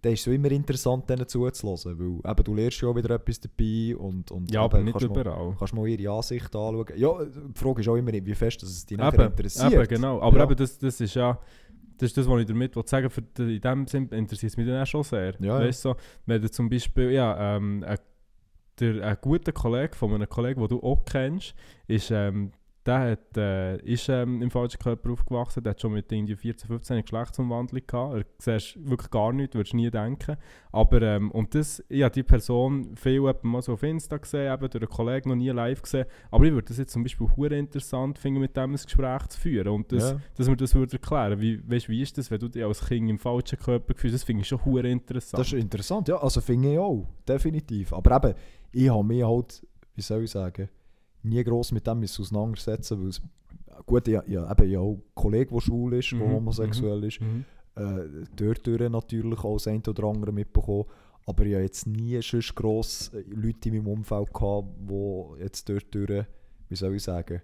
S2: dann ist es so immer interessant, denen zuzuhören, weil eben, du lernst ja auch wieder etwas dabei und, und
S1: ja,
S2: eben
S1: aber nicht
S2: kannst mal,
S1: überall.
S2: kannst mal ihre Ansicht anschauen. Ja, die Frage ist auch immer, wie fest dass es dich nachher
S1: Eben,
S2: interessiert.
S1: eben, genau. Aber
S2: Ja.
S1: eben, das, das ist ja. Das ist das, was ich damit will sagen will. In dem Sinn interessiert es mich dann auch schon sehr.
S2: Ja, ja.
S1: weißt du, so, wenn du zum Beispiel, ja, ähm, ein, der, ein guter Kollege von einem Kollegen, den du auch kennst, ist, ähm, der hat, äh, ist ähm, im falschen Körper aufgewachsen, der hat schon mit irgendwie 14, 15 eine Geschlechtsumwandlung gehabt. Er siehst wirklich gar nichts, würdest nie denken. Aber, ähm, und das, ich habe die Person viel etwa mal so auf Insta gesehen, eben durch einen Kollegen noch nie live gesehen. Aber ich würde das jetzt zum Beispiel hure interessant finden, mit dem ein Gespräch zu führen. Und das,
S2: Ja.
S1: dass wir das würde erklären wie, weißt, wie ist das, wenn du dich als Kind im falschen Körper fühlst? Das finde ich schon hure interessant.
S2: Das ist interessant, ja, also finde ich auch, definitiv. Aber eben, ich habe mich halt, wie soll ich sagen, nie gross mit dem müssen auseinandersetzen, weil es, gut, ja, ja, eben, ja auch einen Kollegen, der schwul ist, der
S1: Mhm,
S2: homosexuell ist,
S1: mhm.
S2: äh, dort durch natürlich auch das eine oder andere mitbekommen. Aber ich habe jetzt nie sonst gross äh, Leute in meinem Umfeld gehabt, die jetzt dort durch, wie soll ich sagen,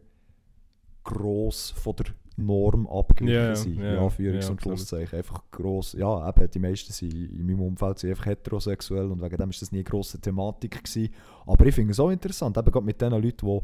S2: gross von der Norm abgewichen
S1: Ja, ja,
S2: sind.
S1: ja,
S2: in
S1: ja,
S2: Anführungs- und
S1: absolut.
S2: Schlusszeichen. Einfach gross, ja, eben, die meisten sind in meinem Umfeld sind einfach heterosexuell und wegen dem ist das nie eine grosse Thematik gewesen. Aber ich finde es auch interessant, eben gerade mit den Leuten, die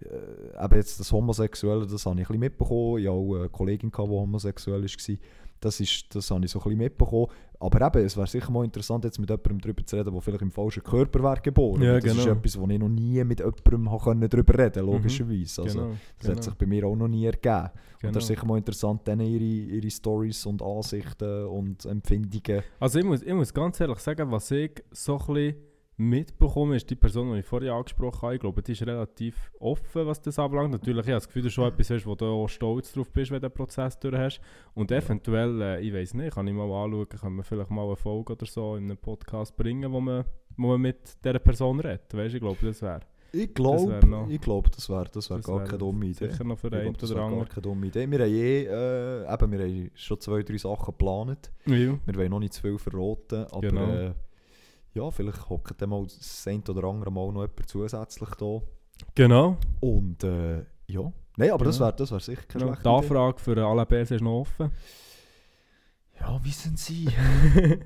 S2: äh, eben jetzt das Homosexuelle, das habe ich ein bisschen mitbekommen. Ich hatte auch eine Kollegin, gehabt, die homosexuell war. Das, ist, das habe ich so ein bisschen mitbekommen. Aber eben, es wäre sicher mal interessant, jetzt mit jemandem darüber zu reden, der vielleicht im falschen Körper wäre geboren.
S1: Ja,
S2: Und das ist
S1: genau. Mhm.
S2: etwas, wo ich noch nie mit jemandem habe können darüber reden logischerweise. Also,
S1: genau,
S2: Das hat sich bei mir auch noch nie ergeben. Und
S1: genau.
S2: das ist sicher mal interessant, dann ihre, ihre Stories und Ansichten und Empfindungen.
S1: Also ich muss, ich muss ganz ehrlich sagen, was ich so ein bisschen mitbekomme, ist die Person, die ich vorher angesprochen habe. Ich glaube, die ist relativ offen, was das anbelangt. Natürlich, ich habe das Gefühl, dass du schon etwas hast, wo du auch stolz drauf bist, wenn du den Prozess durch hast. Und eventuell, äh, ich weiß nicht, kann ich mal anschauen, können wir vielleicht mal eine Folge oder so in einem Podcast bringen, wo man, wo man mit dieser Person redet. Weißt du, ich glaube, das wäre
S2: Ich
S1: wär noch-
S2: glaube, ich glaube, das wäre das wär
S1: das
S2: gar
S1: wär
S2: keine dumme Idee.
S1: sicher noch für
S2: Ich
S1: einen
S2: glaube, das
S1: oder
S2: wäre gar
S1: anderen.
S2: keine dumme Idee. Wir haben, eh, äh, eben, wir haben schon zwei, drei Sachen geplant.
S1: Ja.
S2: Wir wollen noch nicht zu viel verraten, aber
S1: Genau.
S2: äh, ja, vielleicht hockt dann mal das eine oder andere Mal noch jemand zusätzlich da.
S1: Genau.
S2: Und äh, ja, nein, aber das
S1: Genau.
S2: wäre das wär sicher keine
S1: genau. Die
S2: schlechte Idee.
S1: Anfrage für alle Bärs ist noch offen.
S2: Ja, wissen Sie.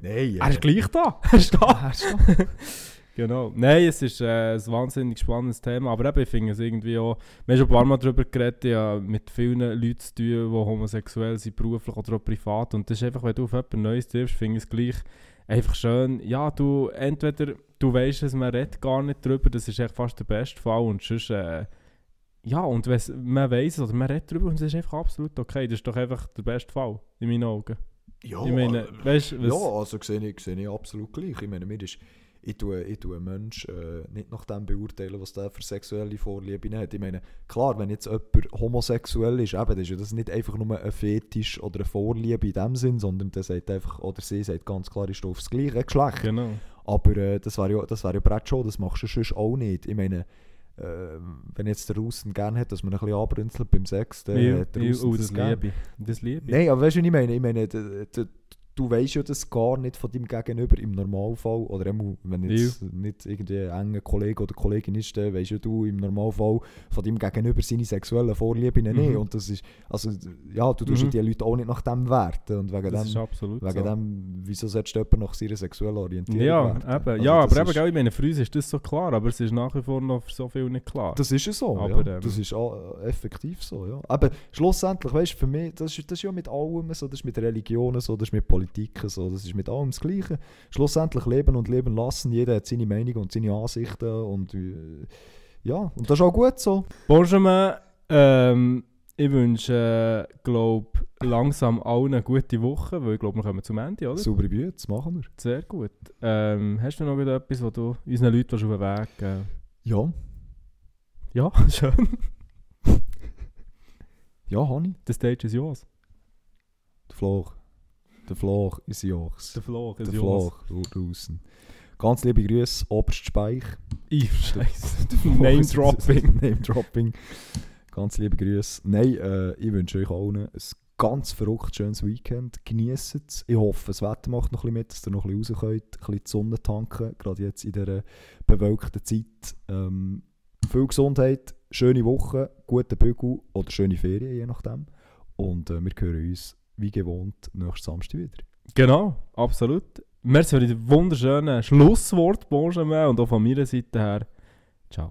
S2: nein,
S1: Er ist
S2: äh,
S1: gleich da. Er ist da.
S2: er ist
S1: Genau. Nein, es ist äh, ein wahnsinnig spannendes Thema, aber eben, ich finde es irgendwie auch, wir haben schon ein paar Mal darüber geredet, ja, mit vielen Leuten zu tun, die homosexuell sind, beruflich oder auch privat und das ist einfach, wenn du auf jemand Neues triffst, finde ich es gleich einfach schön, ja, du, entweder du weißt es, man redet gar nicht drüber, das ist echt fast der beste Fall und sonst, äh, ja, und wenn's- man weiß es oder man redet drüber und es ist einfach absolut okay, das ist doch einfach der beste Fall, in meinen Augen.
S2: ja,
S1: ich meine, weißt du, was-
S2: ja, also sehe ich, sehe ich absolut gleich. Ich meine, mir ist, ich tue, ich tue einen Menschen äh, nicht nach dem beurteilen, was der für sexuelle Vorlieben hat. Ich meine, klar, wenn jetzt jemand homosexuell ist, eben, dann ist ja das nicht einfach nur ein Fetisch oder eine Vorliebe in dem Sinn, sondern der sagt einfach, oder sie sagt ganz klar, ist auf das gleiche Geschlecht.
S1: Genau.
S2: Aber äh, das wäre ja, das wär ja Brett schon, das machst du sonst auch nicht. Ich meine, äh, wenn jetzt der Russen gerne hat, dass man ein bisschen anbrünzelt beim Sex, dann
S1: Ja,
S2: hat der
S1: ja,
S2: Russen
S1: oh, das
S2: gern.
S1: liebe ich. Das liebe ich.
S2: Nein, aber weißt du, was ich meine? Ich meine, d- d- du weißt ja das gar nicht von deinem Gegenüber im Normalfall. Oder einmal, wenn jetzt nicht irgendwie ein enger Kollege oder Kollegin ist, dann weißt ja du im Normalfall von deinem Gegenüber seine sexuellen Vorlieben
S1: Mhm.
S2: nicht. Und das ist, also, ja, du tust
S1: Mhm.
S2: ja die Leute auch nicht nach dem werten. Und wegen
S1: Das ist
S2: dem,
S1: absolut
S2: wegen
S1: so.
S2: dem, wieso solltest du jemanden nach seiner sexuellen Orientierung
S1: Ja,
S2: werten?
S1: eben.
S2: Also
S1: ja,
S2: das
S1: aber eben,
S2: ist-
S1: gell, ich meine, für uns ist das so klar, aber es ist nach wie vor noch für so viel nicht klar.
S2: Das ist ja so,
S1: Aber,
S2: ja.
S1: ähm,
S2: das ist auch äh, effektiv so, ja. Aber schlussendlich, weißt du, für mich, das ist, das ist ja mit allem so, das ist mit Religionen so, das ist mit Politiken so, das ist mit allem das Gleiche. Schlussendlich leben und leben lassen, jeder hat seine Meinung und seine Ansichten und äh, ja, und das ist auch gut so.
S1: Benjamin, ähm, ich wünsche, glaube langsam allen eine gute Woche, weil ich glaube, wir kommen zum Ende, oder?
S2: Saubere Bühne, das machen wir.
S1: Sehr gut. Ähm, hast du noch etwas, was du unseren Leuten willst auf den Weg geben
S2: Ja,
S1: willst? Ja, schön.
S2: ja, Hani,
S1: The stage is yours.
S2: der Floch. Der Floch ist Jochs.
S1: Der Floch
S2: Der
S1: is yours.
S2: Floch, du draußen. Ganz liebe Grüße, Oberst Speich.
S1: Ich scheiße. Name-Dropping.
S2: Name-Dropping. Ganz liebe Grüße. Nein, äh, ich wünsche euch allen ein ganz verrückt schönes Weekend. Genießt es. Ich hoffe, das Wetter macht noch ein bisschen mit, dass ihr noch ein bisschen raus könnt, ein bisschen die Sonne tanken, gerade jetzt in dieser bewölkten Zeit. Ähm, viel Gesundheit, schöne Woche, guten Bügel oder schöne Ferien, je nachdem. Und äh, wir hören uns wie gewohnt nächsten Samstag wieder.
S1: Genau, absolut. Merci für die wunderschönen Schlusswort, Benjamin, und auch von meiner Seite her. Ciao.